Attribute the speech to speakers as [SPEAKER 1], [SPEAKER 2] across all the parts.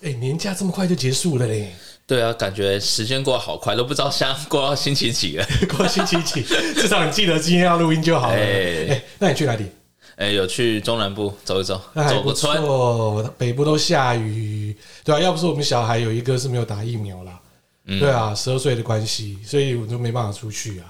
[SPEAKER 1] 哎假这么快就结束了嘞，
[SPEAKER 2] 对啊，感觉时间过得好快，都不知道像过到星期几了。
[SPEAKER 1] 过星期几？至少你记得今天要录音就好了。哎、
[SPEAKER 2] 哎
[SPEAKER 1] 那你去哪里？
[SPEAKER 2] 哎、有去中南部走一走，
[SPEAKER 1] 那还
[SPEAKER 2] 走
[SPEAKER 1] 不
[SPEAKER 2] 个村。
[SPEAKER 1] 错，北部都下雨，对啊，要不是我们小孩有一个是没有打疫苗啦，
[SPEAKER 2] 嗯
[SPEAKER 1] 对啊，十二岁的关系，所以我就没办法出去啊，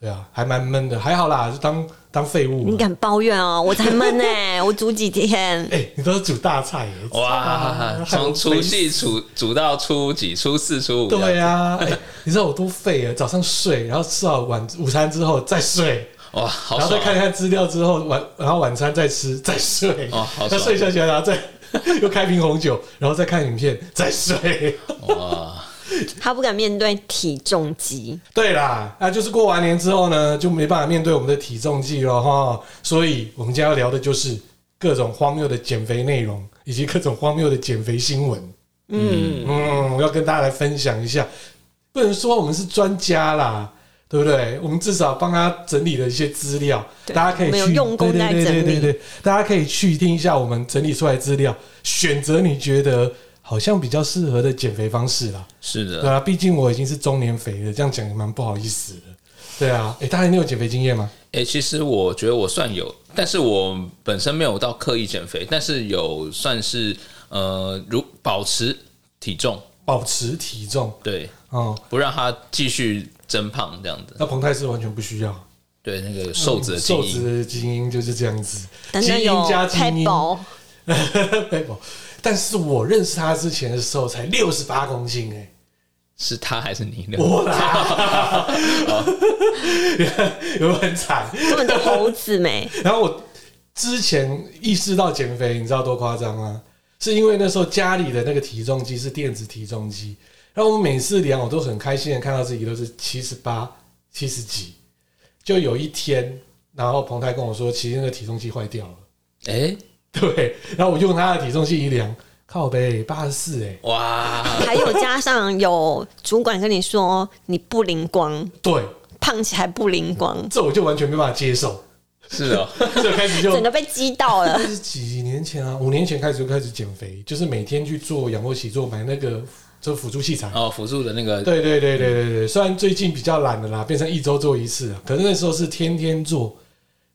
[SPEAKER 1] 对啊，还蛮闷的，还好啦，就当当废物啊
[SPEAKER 3] 你
[SPEAKER 1] 嘛。
[SPEAKER 3] 敢抱怨哦？我才闷呢、 我煮几天，
[SPEAKER 1] 哎、你都是煮大菜啊耶、
[SPEAKER 2] 哇，从除夕煮煮到初几？初四、初五这样。
[SPEAKER 1] 对啊，哎、你知道我多废啊！早上睡，然后吃好晚午餐之后再睡，
[SPEAKER 2] 哇，好
[SPEAKER 1] 然后再
[SPEAKER 2] 爽、
[SPEAKER 1] 看一
[SPEAKER 2] 啊！
[SPEAKER 1] 看资料之后晚，然后晚餐再吃， 再睡，
[SPEAKER 2] 哦好爽
[SPEAKER 1] 再睡一下起来，然后 再又开瓶红酒，然后再看影片，再睡。
[SPEAKER 2] 哇，
[SPEAKER 3] 他不敢面对体重机。
[SPEAKER 1] 对啦，那就是过完年之后呢，就没办法面对我们的体重计了哈。所以我们今天要聊的就是各种荒谬的减肥内容，以及各种荒谬的减肥新闻。嗯嗯，我要跟大家来分享一下，不能说我们是专家啦。对不对？我们至少帮他整理了一些资料，
[SPEAKER 3] 对
[SPEAKER 1] 大家可以
[SPEAKER 3] 我们有
[SPEAKER 1] 去
[SPEAKER 3] 用功
[SPEAKER 1] 对对
[SPEAKER 3] 在
[SPEAKER 1] 对
[SPEAKER 3] 整
[SPEAKER 1] 对对
[SPEAKER 3] 理
[SPEAKER 1] 对大家可以去听一下我们整理出来的资料，选择你觉得好像比较适合的减肥方式啦。
[SPEAKER 2] 是
[SPEAKER 1] 对
[SPEAKER 2] 的，
[SPEAKER 1] 啊，毕竟我已经是中年肥了，这样讲也蛮不好意思的。对啊，哎、大家你有减肥经验吗？
[SPEAKER 2] 哎、其实我觉得我算有，但是我本身没有到刻意减肥，但是有算是呃，如保持体重，
[SPEAKER 1] 保持体重
[SPEAKER 2] 对，
[SPEAKER 1] 哦，
[SPEAKER 2] 不让它继续增胖这样子。
[SPEAKER 1] 那彭泰是完全不需要。
[SPEAKER 2] 对，那个有瘦子的基
[SPEAKER 1] 嗯瘦
[SPEAKER 2] 因，
[SPEAKER 1] 子的基因就是这样子，
[SPEAKER 3] 等
[SPEAKER 1] 基
[SPEAKER 3] 等
[SPEAKER 1] 因
[SPEAKER 3] 有
[SPEAKER 1] 加基
[SPEAKER 3] 太
[SPEAKER 1] 因。
[SPEAKER 3] 薄，
[SPEAKER 1] 佩宝但是我认识他之前的时候才六十八公斤哎、
[SPEAKER 2] 是他还是你呢？
[SPEAKER 1] 我啦，
[SPEAKER 2] 哦
[SPEAKER 1] 有没有很惨？
[SPEAKER 3] 根本就猴 子没。
[SPEAKER 1] 然后我之前意识到减肥，你知道多夸张吗？是因为那时候家里的那个体重机是电子体重机，然后我每次量我都很开心的看到自己都是七十八、七十几。就有一天，然后彭泰跟我说，其实那个体重机坏掉了，
[SPEAKER 2] 哎、
[SPEAKER 1] 对。然后我用他的体重计一量，靠背八十四，哎，
[SPEAKER 2] 哇，
[SPEAKER 3] 还有加上有主管跟你说哦你不灵光，
[SPEAKER 1] 对，
[SPEAKER 3] 胖起来不灵光，
[SPEAKER 1] 这我就完全没办法接 受，
[SPEAKER 2] 是哦，
[SPEAKER 1] 所以开始就
[SPEAKER 3] 整个被击到了
[SPEAKER 1] 那。是几年前啊，五年前开始就开始减肥，就是每天去做仰卧起坐，买那个就辅助器材。
[SPEAKER 2] 哦，辅助的那个，
[SPEAKER 1] 对对对对对对，虽然最近比较懒的啦，变成一周做一次啊，可是那时候是天天做，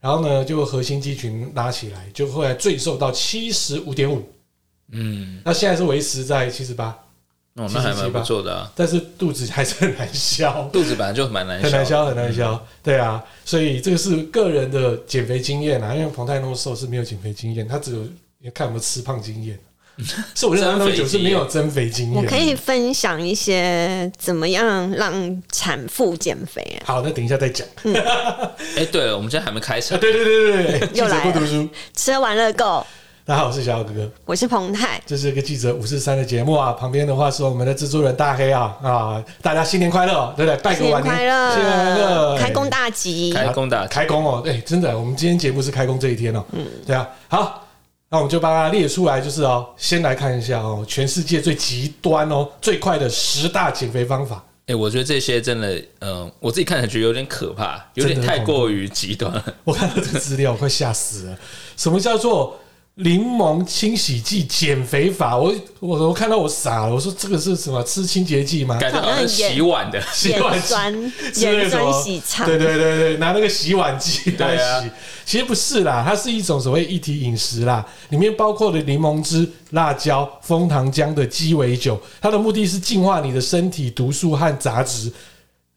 [SPEAKER 1] 然后呢就核心肌群拉起来，就后来最瘦到七十五点五，
[SPEAKER 2] 嗯，
[SPEAKER 1] 那现在是维持在七十八，
[SPEAKER 2] 哦，那还蛮不错的啊。
[SPEAKER 1] 但是肚子还是很难消，
[SPEAKER 2] 肚子本来就蛮难
[SPEAKER 1] 很难
[SPEAKER 2] 消，
[SPEAKER 1] 消，很难消，对啊，所以这个是个人的减肥经验啊，因为彭泰诺瘦是没有减肥经验，他只有看有没有吃胖经 验，是我认识那么久是没有 增肥经
[SPEAKER 3] 我可
[SPEAKER 1] 验。
[SPEAKER 3] 以分享一些怎么样让产妇减肥啊？
[SPEAKER 1] 好，那等一下再讲。
[SPEAKER 2] 哎、对了，我们现在还没开
[SPEAKER 1] 啊，
[SPEAKER 2] 场，
[SPEAKER 1] 对对对 对对，记
[SPEAKER 3] 又
[SPEAKER 1] 者
[SPEAKER 3] 来
[SPEAKER 1] 不
[SPEAKER 3] 了
[SPEAKER 1] 读书。
[SPEAKER 3] 吃喝玩乐够，
[SPEAKER 1] 大家好，我是小姚哥哥，
[SPEAKER 3] 我是彭泰，
[SPEAKER 1] 这是一个记者五四三的节目啊。旁边的话是我们的制作人大黑啊啊，大家新年快乐哦，对不对？拜个
[SPEAKER 3] 新年
[SPEAKER 1] 晚年，
[SPEAKER 3] 快
[SPEAKER 1] 新年快乐，
[SPEAKER 3] 乐，开工
[SPEAKER 1] 大
[SPEAKER 3] 大吉！
[SPEAKER 2] 开工大吉，
[SPEAKER 1] 开工哦，哎、真的，我们今天节目是开工这一天哦，嗯，对啊，好。那我们就把它列出来，就是哦，先来看一下哦，全世界最极端哦、最快的十大减肥方法。
[SPEAKER 2] 哎、我觉得这些真的，嗯、我自己看起来觉得有点可怕，有点
[SPEAKER 1] 真的很恐
[SPEAKER 2] 太
[SPEAKER 1] 怖
[SPEAKER 2] 过于极端了。
[SPEAKER 1] 我看到这个资料，我快吓死了。什么叫做柠檬清洗剂减肥法？我我我看到我傻了，我说这个是什么？吃清洁剂吗？
[SPEAKER 2] 感觉好像是洗碗的，
[SPEAKER 1] 洗碗
[SPEAKER 3] 盐
[SPEAKER 1] 机
[SPEAKER 3] 酸
[SPEAKER 1] 之类
[SPEAKER 3] 盐
[SPEAKER 1] 什
[SPEAKER 3] 酸
[SPEAKER 1] 么
[SPEAKER 3] 洗肠，
[SPEAKER 1] 对对对对，拿那个洗碗机来
[SPEAKER 2] 对
[SPEAKER 1] 洗。
[SPEAKER 2] 啊
[SPEAKER 1] 其实不是啦，它是一种所谓一体饮食啦，里面包括了柠檬汁、辣椒、枫糖浆的鸡尾酒，它的目的是净化你的身体毒素和杂质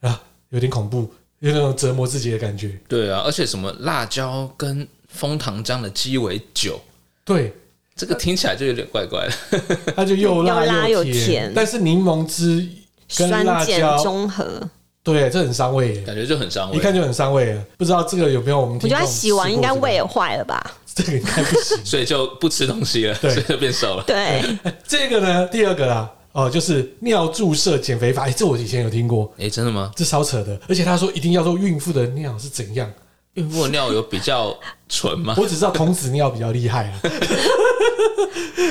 [SPEAKER 1] 啊，有点恐怖，有那种折磨自己的感觉。
[SPEAKER 2] 对啊，而且什么辣椒跟枫糖浆的鸡尾酒，
[SPEAKER 1] 对，
[SPEAKER 2] 这个听起来就有点怪怪的。
[SPEAKER 1] 它就又
[SPEAKER 3] 又
[SPEAKER 1] 辣
[SPEAKER 3] 辣又
[SPEAKER 1] 甜，
[SPEAKER 3] 甜
[SPEAKER 1] 但是柠檬汁跟辣
[SPEAKER 3] 酸碱
[SPEAKER 1] 椒，
[SPEAKER 3] 中和。
[SPEAKER 1] 对，这很伤胃耶。
[SPEAKER 2] 感觉就很伤
[SPEAKER 1] 一看
[SPEAKER 2] 胃，
[SPEAKER 1] 就很伤胃了，不知道这个有没有我们
[SPEAKER 3] 我
[SPEAKER 1] 听众吃过这个？
[SPEAKER 3] 觉得它洗完应该胃哦也坏了吧？
[SPEAKER 1] 这个应该不行。
[SPEAKER 2] 所以就不吃东西了，
[SPEAKER 1] 对
[SPEAKER 2] 所以就变瘦了。
[SPEAKER 3] 对，
[SPEAKER 1] 这个呢，第二个啦，哦，就是尿注射减肥法，哎、这我以前有听过，
[SPEAKER 2] 哎、真的吗？
[SPEAKER 1] 这超扯的。而且他说一定要说孕妇的尿是怎样，
[SPEAKER 2] 孕妇的尿有比较纯吗？
[SPEAKER 1] 我只知道童子尿比较厉害啊。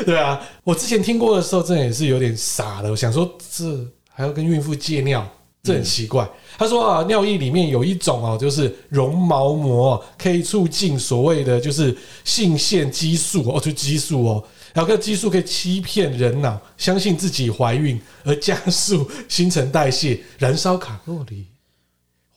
[SPEAKER 1] 对啊，我之前听过的时候，真的也是有点傻了，我想说这还要跟孕妇借尿，这很奇怪。他说啊，尿液里面有一种哦，就是绒毛膜，可以促进所谓的就是性腺激素哦，就激素哦。脑克激素可以欺骗人脑，相信自己怀孕，而加速新陈代谢，燃烧卡路里。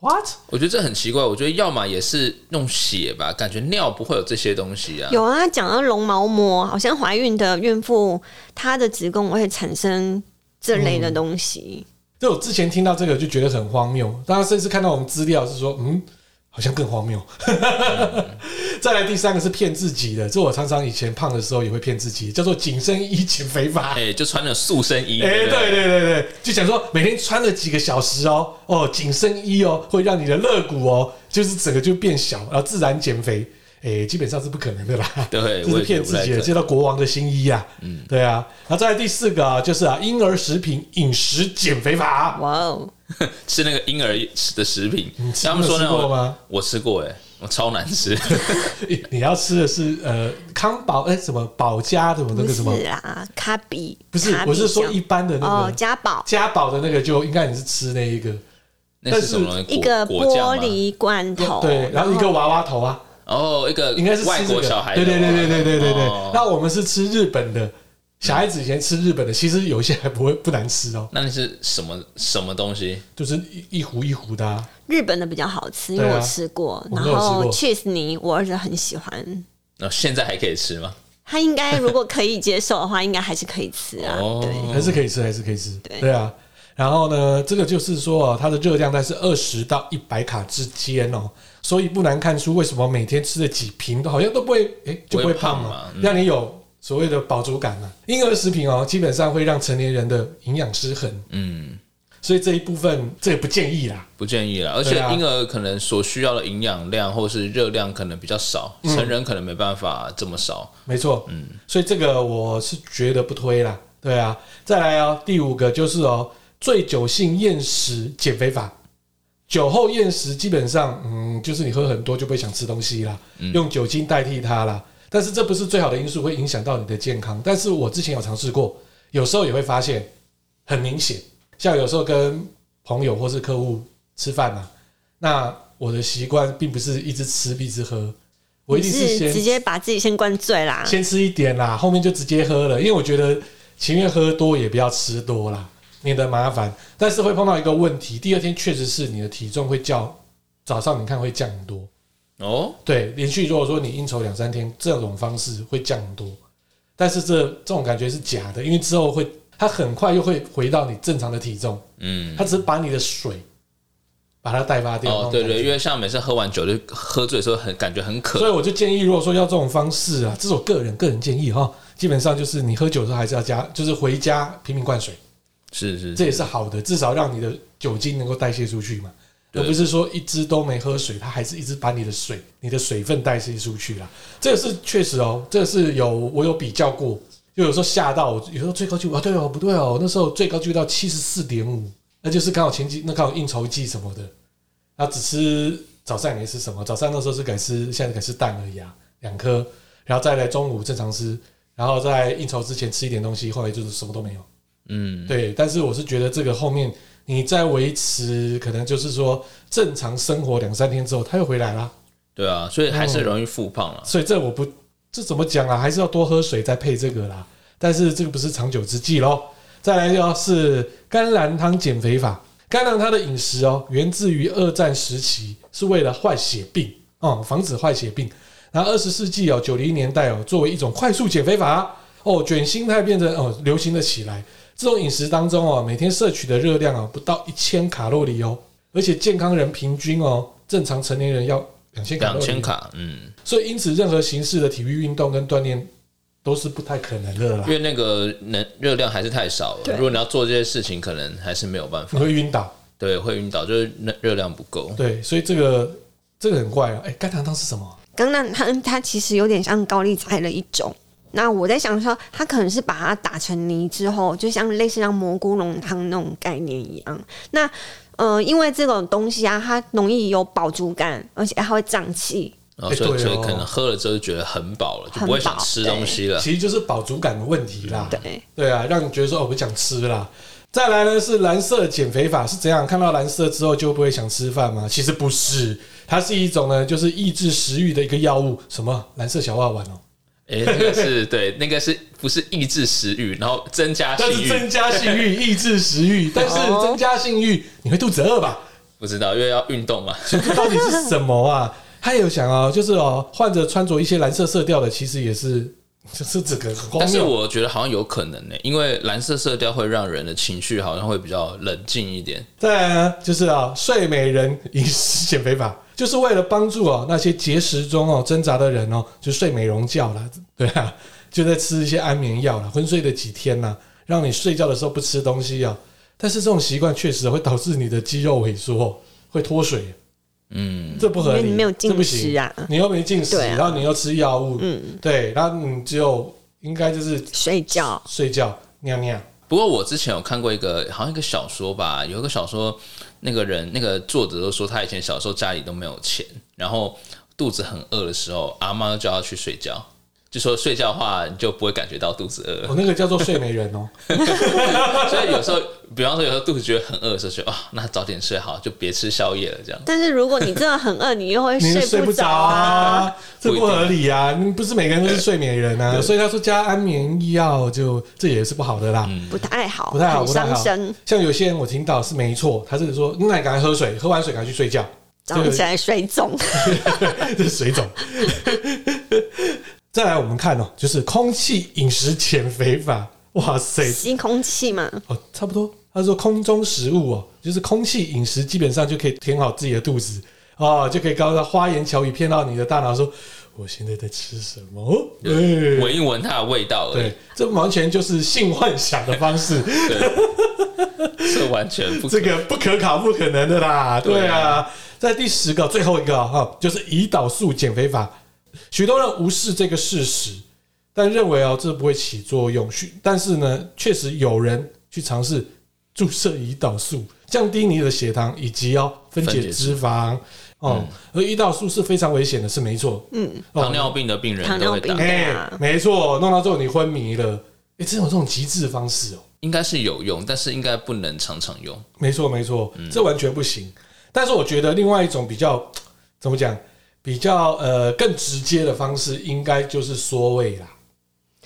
[SPEAKER 1] What？
[SPEAKER 2] 我觉得这很奇怪。我觉得要么也是用血吧，感觉尿不会有这些东西啊。
[SPEAKER 3] 有啊，讲到绒毛膜，好像怀孕的孕妇她的子宫会产生这类的东西。
[SPEAKER 1] 就我之前听到这个就觉得很荒谬，大家甚至看到我们资料是说，嗯，好像更荒谬。
[SPEAKER 2] 嗯
[SPEAKER 1] 再来第三个是骗自己的，这我常常以前胖的时候也会骗自己，叫做紧身衣减肥法。
[SPEAKER 2] 哎、就穿了塑身衣，
[SPEAKER 1] 哎、
[SPEAKER 2] 对不
[SPEAKER 1] 对对对对，就想说每天穿了几个小时哦，哦，紧身衣哦，会让你的肋骨哦，就是整个就变小，然后自然减肥。哎、基本上是不可能的啦，
[SPEAKER 2] 对
[SPEAKER 1] 这
[SPEAKER 2] 我
[SPEAKER 1] 是
[SPEAKER 2] 也觉
[SPEAKER 1] 骗
[SPEAKER 2] 得不
[SPEAKER 1] 自
[SPEAKER 2] 太
[SPEAKER 1] 己的，
[SPEAKER 2] 可能
[SPEAKER 1] 接到国王的新衣啊，嗯，对啊。然后再来第四个啊，就是啊，婴儿食品饮食减肥法，
[SPEAKER 3] 哇哦，
[SPEAKER 2] 吃那个婴儿吃的食品
[SPEAKER 1] 你。吃
[SPEAKER 2] 他们说
[SPEAKER 1] 你有吃过
[SPEAKER 2] 那
[SPEAKER 1] 吗
[SPEAKER 2] 我吃过、哎，我超难 吃。
[SPEAKER 1] 你你要吃的是呃康宝哎、什么宝家的那
[SPEAKER 3] 不
[SPEAKER 1] 个什么，
[SPEAKER 3] 是啦，卡比
[SPEAKER 1] 不是
[SPEAKER 3] 卡，比
[SPEAKER 1] 我是说
[SPEAKER 3] 酱
[SPEAKER 1] 一般的那
[SPEAKER 3] 哦，
[SPEAKER 1] 个
[SPEAKER 3] 家宝
[SPEAKER 1] 家宝的那个，就应该你是吃那一个，
[SPEAKER 2] 那是什么东西？
[SPEAKER 3] 一个
[SPEAKER 2] 果果酱
[SPEAKER 3] 玻
[SPEAKER 2] 吗
[SPEAKER 3] 璃罐头，
[SPEAKER 1] 对，然后一个娃娃头啊。
[SPEAKER 2] 哦，一个
[SPEAKER 1] 应该是吃
[SPEAKER 2] 外
[SPEAKER 1] 这
[SPEAKER 2] 国
[SPEAKER 1] 个
[SPEAKER 2] 小孩的
[SPEAKER 1] 对
[SPEAKER 2] 娃娃，
[SPEAKER 1] 对对对对对对对
[SPEAKER 2] 哦。嗯
[SPEAKER 1] 那我们是吃日本的，小孩子以前吃日本的，其实有一些还不会不难吃哦，
[SPEAKER 2] 那那是什么什么东西？
[SPEAKER 1] 就是一一糊一糊的、啊。
[SPEAKER 3] 日本的比较好吃，因
[SPEAKER 1] 对啊
[SPEAKER 3] 为我吃过，
[SPEAKER 1] 我们
[SPEAKER 3] 然
[SPEAKER 1] 都有吃
[SPEAKER 3] 后
[SPEAKER 1] 过
[SPEAKER 3] cheese 泥我儿子很喜欢。
[SPEAKER 2] 那、哦现在还可以吃吗？
[SPEAKER 3] 他应该如果可以接受的话，应该还是可以吃啊。
[SPEAKER 2] 哦
[SPEAKER 3] 对，
[SPEAKER 1] 还是可以吃，还是可以吃。
[SPEAKER 3] 对
[SPEAKER 1] 对啊。然后呢，这个就是说、哦，它的热量在是二十到一百卡之间哦，所以不难看出为什么每天吃了几瓶，好像都不会，诶，就不会胖
[SPEAKER 2] 不会
[SPEAKER 1] 嘛
[SPEAKER 2] 胖嘛，嗯
[SPEAKER 1] 让你有所谓的饱足感嘛。婴儿食品哦，基本上会让成年人的营养失衡，
[SPEAKER 2] 嗯，
[SPEAKER 1] 所以这一部分这也不建议啦。
[SPEAKER 2] 不建议了。而且
[SPEAKER 1] 对啊
[SPEAKER 2] 婴儿可能所需要的营养量或是热量可能比较少，
[SPEAKER 1] 嗯
[SPEAKER 2] 成人可能没办法这么少。
[SPEAKER 1] 没错，嗯，所以这个我是觉得不推啦，对啊。再来哦，第五个就是哦，醉酒性厌食减肥法。酒后厌食基本上，嗯，就是你喝很多就不会想吃东西啦，用酒精代替它啦。但是这不是最好的因素，会影响到你的健康。但是我之前有尝试过，有时候也会发现很明显，像有时候跟朋友或是客户吃饭啊，那我的习惯并不是一直吃一直喝，我一
[SPEAKER 3] 你
[SPEAKER 1] 定是先
[SPEAKER 3] 是直接把自己先灌醉
[SPEAKER 2] 啊
[SPEAKER 3] 啦。
[SPEAKER 1] 先吃一点啦，后面就直接喝了，因为我觉得情愿喝多也不要吃多
[SPEAKER 2] 哦
[SPEAKER 1] 啦，免得麻烦。但是会碰到一个问题，第二天确实是你的体重会较早上你看会降很多，
[SPEAKER 2] 哦，
[SPEAKER 1] 对，连续如果说你应酬两三天，这种方式会降很多，但是这这种感觉是假的，因为之后会它很快又会回到你正常的体重，
[SPEAKER 2] 嗯，
[SPEAKER 1] 它只是把你的水把它代发掉。那
[SPEAKER 2] 哦，
[SPEAKER 1] 种
[SPEAKER 2] 对
[SPEAKER 1] 感
[SPEAKER 2] 对，
[SPEAKER 1] 觉
[SPEAKER 2] 因为像每次喝完酒就喝醉的时候很感觉很渴
[SPEAKER 1] 所以我就建议，如果说要这种方式啊，这是我个人个人建议哈，基本上就是你喝酒的时候还是要加，就是回家拼命灌水，
[SPEAKER 2] 是是
[SPEAKER 1] 这也
[SPEAKER 2] 是，
[SPEAKER 1] 是好的，至少让你的酒精能够代谢出去嘛，
[SPEAKER 2] 对
[SPEAKER 1] 而不是说一支都没喝水，它还是一直把你的水、你的水分代谢出去啦。这个是确实哦，这个是有我有比较过，就有时候吓到我，有时候最高纪录啊，对哦，不对哦，那时候最高纪录到七十四点五，那就是刚好前几那刚好应酬季什么的，啊，只吃早上也没吃什么，早上那时候是改吃，现在改吃蛋而已啊，两颗，然后再来中午正常吃，然后在应酬之前吃一点东西，后来就是什么都没有。
[SPEAKER 2] 嗯，
[SPEAKER 1] 对，但是我是觉得这个后面你再维持，可能就是说正常生活两三天之后，它又回来啦。
[SPEAKER 2] 对啊，所以还是容易复胖啊了。
[SPEAKER 1] 所以这我不这怎么讲啊？还是要多喝水再配这个啦。但是这个不是长久之计喽。再来要是甘蓝汤减肥法，甘蓝汤的饮食哦，源自于二战时期，是为了坏血病哦，防止坏血病。然后二十世纪哦，九零年代哦，作为一种快速减肥法哦，卷心菜变成哦流行了起来。这种饮食当中哦，每天摄取的热量哦不到一千卡路里哦，而且健康人平均哦，正常成年人要两千卡
[SPEAKER 2] 两
[SPEAKER 1] 路里
[SPEAKER 2] 千。卡，嗯，
[SPEAKER 1] 所以因此，任何形式的体育运动跟锻炼都是不太可能的啦
[SPEAKER 2] 因，为那个能热量还是太少了。
[SPEAKER 3] 对
[SPEAKER 2] 如果你要做这些事情，可能还是没有办
[SPEAKER 1] 你
[SPEAKER 2] 法，
[SPEAKER 1] 会晕倒。
[SPEAKER 2] 对，会晕倒，就是热热量不够。
[SPEAKER 1] 对，所以这个这个很怪啊。哎、甘糖汤是什么？
[SPEAKER 3] 刚刚它它其实有点像高丽菜的一种。那我在想说，它可能是把它打成泥之后，就像类似像蘑菇浓汤那种概念一样。那呃，因为这种东西啊，它容易有饱足感，而且它会胀气。
[SPEAKER 2] 然后
[SPEAKER 1] 哎
[SPEAKER 2] 所以、
[SPEAKER 1] 对
[SPEAKER 2] 所以
[SPEAKER 1] 哦
[SPEAKER 2] 可能喝了之后就觉得很饱了，就
[SPEAKER 3] 很
[SPEAKER 2] 不会想
[SPEAKER 3] 饱
[SPEAKER 2] 吃
[SPEAKER 3] 对啊
[SPEAKER 2] 东西了。
[SPEAKER 1] 其实就是饱足感的问题啦。
[SPEAKER 3] 对，
[SPEAKER 1] 对啊，让你觉得说哦，我想吃啦。再来呢是蓝色减肥法是怎样？看到蓝色之后就不会想吃饭吗？其实不是，它是一种呢，就是抑制食欲的一个药物。什么蓝色小药丸哦？
[SPEAKER 2] 哎、哎，那个是对，那个是不是抑制食欲，然后增加
[SPEAKER 1] 但
[SPEAKER 2] 性
[SPEAKER 1] 是
[SPEAKER 2] 欲？
[SPEAKER 1] 增加性欲、抑制食欲，但是
[SPEAKER 3] 哦
[SPEAKER 1] 增加性欲，你会肚子饿吧？
[SPEAKER 2] 不知道，因为要运动嘛。
[SPEAKER 1] 这到底是什么啊？他有想哦，就是哦，患者穿着一些蓝色色调的，其实也是，就是这个很荒
[SPEAKER 2] 但是
[SPEAKER 1] 谬。
[SPEAKER 2] 我觉得好像有可能呢、因为蓝色色调会让人的情绪好像会比较冷静一点。
[SPEAKER 1] 再来呢，就是啊、睡美人饮食减肥法， 就是为了帮助哦那些节食中哦挣扎的人哦，就睡美容觉啦， 对啊，就在吃一些安眠药啦，昏睡的几天呐、让你睡觉的时候不吃东西啊。但是这种习惯确实会导致你的肌肉萎缩，会脱水，
[SPEAKER 2] 嗯，
[SPEAKER 1] 这不合
[SPEAKER 3] 因为
[SPEAKER 1] 理，
[SPEAKER 3] 你没有
[SPEAKER 1] 这不
[SPEAKER 3] 进
[SPEAKER 1] 行
[SPEAKER 3] 食啊
[SPEAKER 1] 你又没进食，
[SPEAKER 3] 对啊
[SPEAKER 1] 然后你又吃药物，
[SPEAKER 3] 嗯，
[SPEAKER 1] 对，然后你只有应该就是
[SPEAKER 3] 睡觉
[SPEAKER 1] 睡觉、尿尿，
[SPEAKER 2] 不过我之前有看过一个，好像一个小说吧，有一个小说，那个人那个作者都说他以前小时候家里都没有钱，然后肚子很饿的时候，阿妈就叫他去睡觉，就说睡觉的话你就不会感觉到肚子 饿
[SPEAKER 1] 我、。那个叫做睡美人哦。
[SPEAKER 2] 所以有时候，比方说有时候肚子觉得很饿的时候，就啊，那早点睡好，就别吃宵夜了，这样。
[SPEAKER 3] 但是如果你真的很饿，你又会
[SPEAKER 1] 你
[SPEAKER 3] 睡
[SPEAKER 1] 睡
[SPEAKER 3] 不
[SPEAKER 1] 着
[SPEAKER 3] 啊。
[SPEAKER 1] 啊，这不合理啊！你不是每个人都是睡美人啊，所以他说加安眠药就这也是不好的啦，
[SPEAKER 3] 不太好，
[SPEAKER 1] 不太好，
[SPEAKER 3] 很
[SPEAKER 1] 不太
[SPEAKER 3] 伤
[SPEAKER 1] 好
[SPEAKER 3] 身。。
[SPEAKER 1] 像有些人我听到是没错，他是说嗯那你赶快喝水，喝完水赶快去睡觉，
[SPEAKER 3] 早上起来水肿，
[SPEAKER 1] 这是水肿。 再来我们看哦，就是空气饮食减肥法，哇塞，
[SPEAKER 3] 吸空气嘛，
[SPEAKER 1] 哦，差不多。他说空中食物哦，就是空气饮食，基本上就可以填好自己的肚子哦，就可以告诉他花言巧语骗到你的大脑说，我现在在吃什么？对
[SPEAKER 2] 闻一闻它的味道而
[SPEAKER 1] 对，这完全就是性幻想的方式，
[SPEAKER 2] 已，是完全不
[SPEAKER 1] 这
[SPEAKER 2] 可
[SPEAKER 1] 个不可考、不可能的啦。对
[SPEAKER 2] 对
[SPEAKER 1] 啊，在第十个最后一个哈、哦，就是胰岛素减肥法，许多人无视这个事实，但认为哦这不会起作用。许但是呢，确实有人去尝试注射胰岛素，降低你的血糖以及哦分
[SPEAKER 2] 分
[SPEAKER 1] 解
[SPEAKER 2] 解
[SPEAKER 1] 脂肪。哦，而胰岛素是非常危险的，是没错。嗯，
[SPEAKER 2] 糖尿病的病人都会打
[SPEAKER 3] 糖尿病，
[SPEAKER 1] 哎、
[SPEAKER 3] 啊
[SPEAKER 1] 没错，弄到最后你昏迷了。哎、真有这种极致的方式哦。
[SPEAKER 2] 应该是有用，但是应该不能常常用。
[SPEAKER 1] 没错，没错，这完全不行。但是我觉得另外一种比较怎么讲，比较呃更直接的方式，应该就是缩胃啦。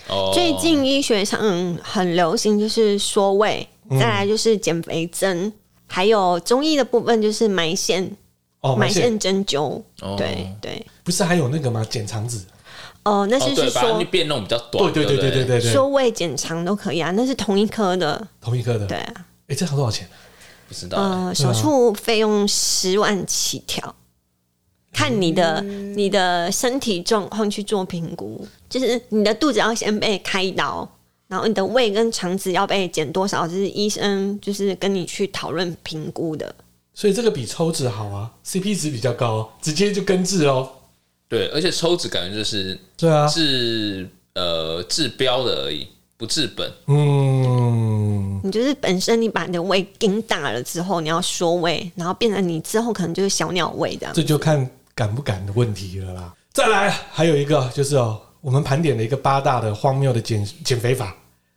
[SPEAKER 2] 哦，
[SPEAKER 3] 最近医学上很流行就是缩胃，
[SPEAKER 2] 嗯
[SPEAKER 3] 再来就是减肥针，还有中医的部分就是埋线、
[SPEAKER 1] 哦，
[SPEAKER 3] 埋
[SPEAKER 1] 埋线
[SPEAKER 3] 线针灸。
[SPEAKER 2] 哦
[SPEAKER 3] 对对，
[SPEAKER 1] 不是还有那个吗？减肠子。
[SPEAKER 3] 哦，那
[SPEAKER 2] 哦，
[SPEAKER 3] 是
[SPEAKER 2] 对
[SPEAKER 3] 是，
[SPEAKER 2] 把它
[SPEAKER 3] 说
[SPEAKER 2] 变弄比较短，
[SPEAKER 1] 对对
[SPEAKER 2] 对
[SPEAKER 1] 对对
[SPEAKER 2] 不
[SPEAKER 1] 对对对，
[SPEAKER 3] 缩胃减肠都可以啊，那是同一科的。
[SPEAKER 1] 同一个
[SPEAKER 2] 嗯
[SPEAKER 1] 的。
[SPEAKER 3] 对
[SPEAKER 1] 哎、
[SPEAKER 3] 啊，
[SPEAKER 1] 这行多少钱？
[SPEAKER 2] 不知道欸。
[SPEAKER 3] 呃，手术费用十万起跳。看你的你的身体状况去做评估，就是你的肚子要先被开刀，然后你的胃跟肠子要被减多少，这是医生就是跟你去讨论评估的。
[SPEAKER 1] 所以这个比抽脂好啊，CP 值比较高、啊直接就根治哦。
[SPEAKER 2] 对，而且抽脂感觉就是
[SPEAKER 1] 对啊，
[SPEAKER 2] 治呃治标的而已，不治本。
[SPEAKER 1] 嗯，
[SPEAKER 3] 你就是本身你把你的胃盯大了之后，你要缩胃，然后变成你之后可能就是小鸟 胃这样。
[SPEAKER 1] 这就看敢不敢的问题了啦。再来，还有一个就是哦，我们盘点了一个八大的荒谬的减减肥法。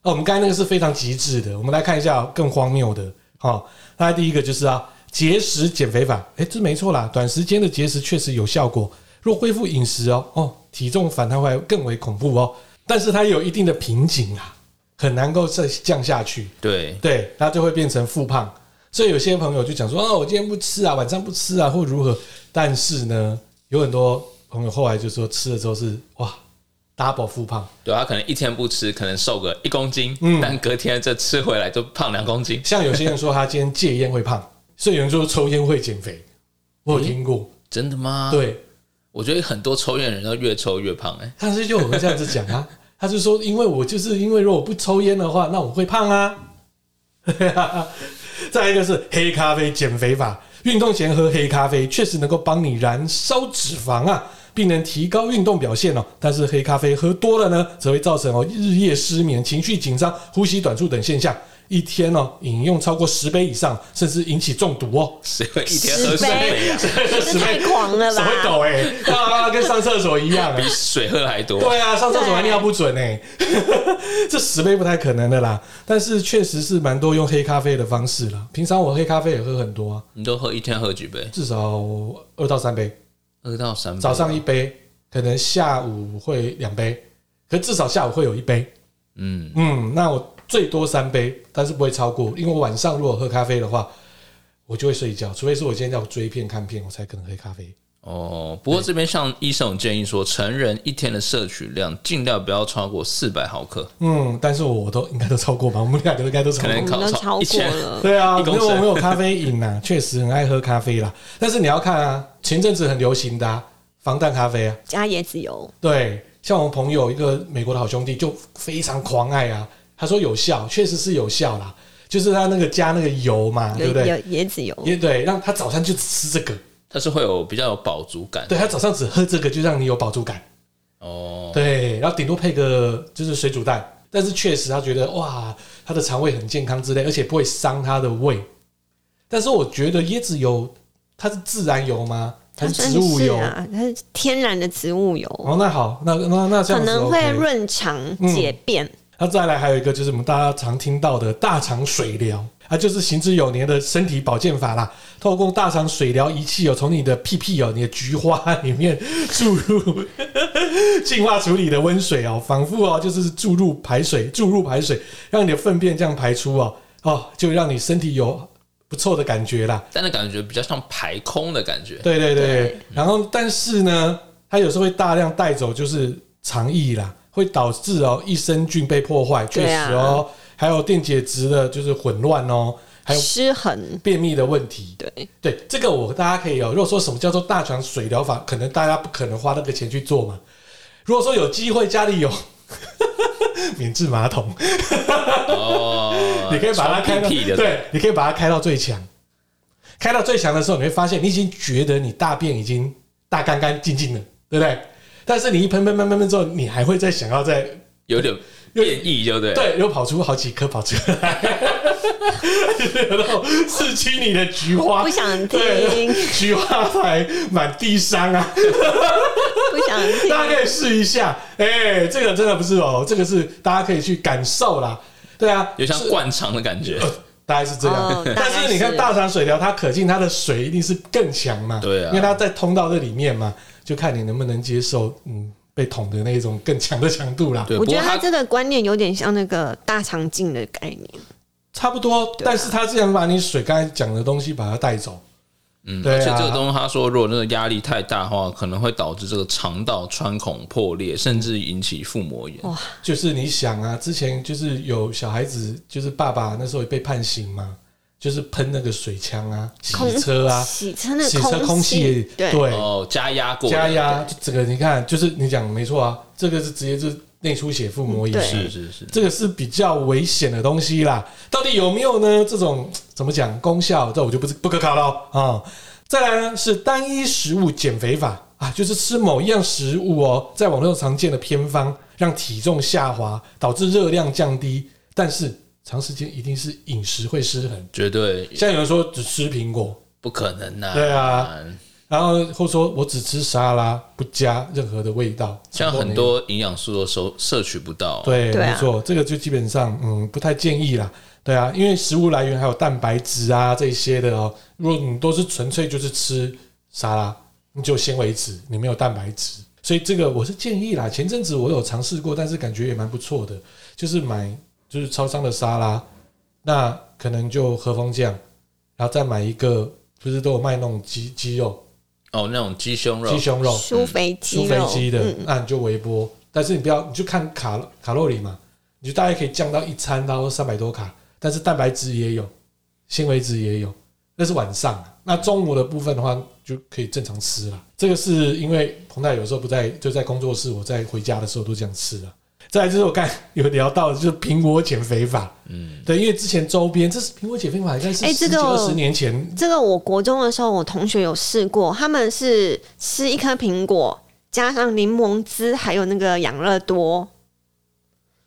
[SPEAKER 1] 哦，我们刚才那个是非常极致的，我们来看一下更荒谬的。哦，那第一个就是啊，节食减肥法，哎，这没错啦，短时间的节食确实有效果。若恢复饮食哦，哦，体重反弹回来更为恐怖哦，但是它有一定的瓶颈啊，很难够再降下去。
[SPEAKER 2] 对，
[SPEAKER 1] 对，它就会变成复胖。所以有些朋友就讲说啊，我今天不吃啊，晚上不吃啊，或如何。但是呢，有很多朋友后来就说吃了之后是哇，double 复胖，
[SPEAKER 2] 对他可能一天不吃，可能瘦个一公斤，
[SPEAKER 1] 嗯
[SPEAKER 2] 但隔天这吃回来就胖两公斤，
[SPEAKER 1] 像有些人说他今天戒烟会胖，所以有人说抽烟会减肥，我有听过。
[SPEAKER 2] 真的吗？，
[SPEAKER 1] 对，
[SPEAKER 2] 我觉得很多抽烟的人都越抽越胖、哎，
[SPEAKER 1] 但是就有人这样子讲啊， 他就说，因为我就是因为如果我不抽烟的话，那我会胖啊。 对啊，再来一个是黑咖啡减肥法，运动前喝黑咖啡确实能够帮你燃烧脂肪啊，并能提高运动表现哦。但是黑咖啡喝多了呢，则会造成哦日夜失眠、情绪紧张、呼吸短促等现象。一天哦，饮用超过十杯以上，甚至引起中毒哦。
[SPEAKER 2] 谁会一天喝
[SPEAKER 3] 十
[SPEAKER 2] 水
[SPEAKER 3] 杯
[SPEAKER 2] 啊？
[SPEAKER 3] 这太狂了
[SPEAKER 1] 什
[SPEAKER 3] 吧
[SPEAKER 1] 么！狗哎、啊，跟上厕所一样、啊
[SPEAKER 2] 比。水喝还多。
[SPEAKER 1] 对啊，上厕所还尿不准哎、 这十杯不太可能的啦。但是确实是蛮多用黑咖啡的方式啦。平常我黑咖啡也喝很多啊，
[SPEAKER 2] 你都喝一天喝几杯？
[SPEAKER 1] 至少二到三杯，
[SPEAKER 2] 二到三杯。
[SPEAKER 1] 早上一杯，可能下午会两杯，可至少下午会有一杯。
[SPEAKER 2] 嗯，
[SPEAKER 1] 嗯，那我最多三杯，但是不会超过，因为我晚上如果喝咖啡的话，我就会睡觉，除非是我今天要追片看片，我才可能喝咖啡。
[SPEAKER 2] 哦，不过这边像医生有建议说，成人一天的摄取量尽量不要超过四百毫克，
[SPEAKER 1] 嗯，但是我都应该都超过吧，我们两个应该都超
[SPEAKER 2] 可
[SPEAKER 1] 过
[SPEAKER 2] 能。
[SPEAKER 3] 我嗯们都
[SPEAKER 2] 考
[SPEAKER 3] 超
[SPEAKER 2] 一
[SPEAKER 3] 过
[SPEAKER 2] 千
[SPEAKER 3] 了。
[SPEAKER 1] 对啊，
[SPEAKER 2] 嗯一
[SPEAKER 1] 因
[SPEAKER 2] 公
[SPEAKER 1] 为
[SPEAKER 2] 升
[SPEAKER 1] 我们有咖啡瘾 啊，确实很爱喝咖啡啦。但是你要看啊，前阵子很流行的、啊、防弹咖啡啊，
[SPEAKER 3] 加椰子油，
[SPEAKER 1] 对，像我们朋友一个美国的好兄弟就非常狂爱啊，他说有效，确实是有效啦，就是他那个加那个油嘛，
[SPEAKER 3] 有
[SPEAKER 1] 对不
[SPEAKER 3] 有
[SPEAKER 1] 对？
[SPEAKER 3] 椰子油，
[SPEAKER 1] 也对，让他早餐就只吃这个，
[SPEAKER 2] 它是会有比较有饱足感。
[SPEAKER 1] 对他早上只喝这个就让你有饱足感，
[SPEAKER 2] 哦，
[SPEAKER 1] 对，然后顶多配个就是水煮蛋，但是确实他觉得哇，他的肠胃很健康之类，而且不会伤他的胃。但是我觉得椰子油它是自然油吗？还
[SPEAKER 3] 它
[SPEAKER 1] 是
[SPEAKER 3] 算
[SPEAKER 1] 植物
[SPEAKER 3] 是
[SPEAKER 1] 油？
[SPEAKER 3] 啊，它是天然的植物油，
[SPEAKER 1] 哦，那好，那那那这
[SPEAKER 3] 可
[SPEAKER 1] 样子、OK、嗯
[SPEAKER 3] 能会润肠解便。
[SPEAKER 1] 那再来还有一个就是我们大家常听到的大肠水疗，啊，就是行之有年的身体保健法啦。透过大肠水疗仪器哦，从你的屁屁哦，你的菊花里面注入 净化处理的温水哦，仿佛哦就是注入排水，注入排水，让你的粪便这样排出哦，哦，就让你身体有不错的感觉啦。
[SPEAKER 2] 但那感觉比较像排空的感觉。
[SPEAKER 1] 对对对，
[SPEAKER 3] 对
[SPEAKER 1] 然后但是呢，它有时候会大量带走就是肠液啦，会导致哦益生菌被破坏，确
[SPEAKER 3] 对啊
[SPEAKER 1] 实哦，还有电解质的就是混乱哦，还有
[SPEAKER 3] 失衡，
[SPEAKER 1] 便秘的问题。
[SPEAKER 3] 对，
[SPEAKER 1] 对，这个我大家可以哦，如果说什么叫做大肠水疗法，可能大家不可能花那个钱去做嘛。如果说有机会家里有 免治马桶，
[SPEAKER 2] 哦，
[SPEAKER 1] 你可以把它开到
[SPEAKER 2] 冲屁屁的，
[SPEAKER 1] 对，你可以把它开到最强。开到最强的时候，你会发现你已经觉得你大便已经大干干净净了，对不对？但是你一喷喷喷喷喷之后，你还会再想要再
[SPEAKER 2] 有点变异，对不对？，
[SPEAKER 1] 对，又跑出好几颗跑出来， 然后刺激你的菊花
[SPEAKER 3] 不，想听，
[SPEAKER 1] 对，菊花还满地伤啊。
[SPEAKER 3] 不想听。
[SPEAKER 1] 大家可以试一下，哎、这个真的不是哦，这个是大家可以去感受啦。对啊，
[SPEAKER 2] 有像
[SPEAKER 1] 是
[SPEAKER 2] 灌肠的感觉。
[SPEAKER 1] 大概是这样。
[SPEAKER 3] 哦大
[SPEAKER 1] 但
[SPEAKER 3] 概
[SPEAKER 1] 是你看
[SPEAKER 3] 是
[SPEAKER 1] 大肠水疗，它可进它的水一定是更强嘛，
[SPEAKER 2] 对啊
[SPEAKER 1] 因为它在通道这里面嘛，就看你能不能接受，嗯，被捅的那一种更强的强度啦，
[SPEAKER 2] 对，
[SPEAKER 3] 我
[SPEAKER 2] 不
[SPEAKER 3] 觉
[SPEAKER 2] 过
[SPEAKER 3] 得
[SPEAKER 2] 它
[SPEAKER 3] 他这个观念有点像那个大肠镜的概念，
[SPEAKER 1] 差不多。
[SPEAKER 3] 啊
[SPEAKER 1] 但是它既然把你水刚才讲的东西把它带走，
[SPEAKER 2] 嗯，
[SPEAKER 1] 对啊
[SPEAKER 2] 而且这个东西，他说如果那个压力太大的话，可能会导致这个肠道穿孔破裂，甚至引起腹膜
[SPEAKER 3] 哦
[SPEAKER 2] 炎。
[SPEAKER 1] 就是你想啊，之前就是有小孩子，就是爸爸那时候也被判刑嘛，就是喷那个水枪啊，
[SPEAKER 3] 空
[SPEAKER 1] 洗车啊，
[SPEAKER 3] 洗车那
[SPEAKER 1] 洗车空
[SPEAKER 3] 气
[SPEAKER 1] 气，，
[SPEAKER 3] 对，
[SPEAKER 2] 哦，加压过的
[SPEAKER 1] 加，压，就整个你看，就是你讲没错啊，这个是直接就是内出血、腹膜炎
[SPEAKER 3] 对，
[SPEAKER 2] 是是是，
[SPEAKER 1] 这个是比较危险的东西啦。到底有没有呢？这种怎么讲功效，这我就不不可考了啊、哦再来呢是单一食物减肥法啊，就是吃某一样食物哦，在网络上常见的偏方，让体重下滑，导致热量降低，但是长时间一定是饮食会失衡。
[SPEAKER 2] 绝对
[SPEAKER 1] 像有人说只吃苹果，
[SPEAKER 2] 不可能呐、
[SPEAKER 1] 对啊，然后或说我只吃沙拉，不加任何的味道，
[SPEAKER 2] 像很
[SPEAKER 1] 然后呢
[SPEAKER 2] 多营养素都收摄取不到。
[SPEAKER 1] 对，
[SPEAKER 3] 对啊
[SPEAKER 1] 没错，这个就基本上嗯不太建议啦。对啊，因为食物来源还有蛋白质啊这些的哦。如果你都是纯粹就是吃沙拉，你只有纤维质，你没有蛋白质，所以这个我是建议啦。前阵子我有尝试过，但是感觉也蛮不错的，就是买就是超商的沙拉，那可能就和风酱，然后再买一个，不是都有卖那种鸡鸡肉、
[SPEAKER 2] 哦，那种鸡胸肉
[SPEAKER 1] 鸡，胸肉、
[SPEAKER 3] 舒肥肌
[SPEAKER 1] 苏菲
[SPEAKER 3] 肉，
[SPEAKER 1] 哦
[SPEAKER 3] 嗯
[SPEAKER 1] 机的，那你就微波，但是你不要，你就看卡卡路里嘛，你就大概可以降到一餐然后三百多卡，但是蛋白质也有，纤维质也有，那是晚上啊。那中午的部分的话，就可以正常吃了。这个是因为彭太有时候不在，就在工作室，我在回家的时候都这样吃了。再来就是我刚才有聊到，就是苹果减肥法，嗯，对，因为之前周边这是苹果减肥法，应该是
[SPEAKER 3] 哎
[SPEAKER 1] 十
[SPEAKER 3] 这
[SPEAKER 1] 几
[SPEAKER 3] 个
[SPEAKER 1] 二十年前，
[SPEAKER 3] 这个我国中的时候，我同学有试过，他们是吃一颗苹果，加上柠檬汁，还有那个养乐多。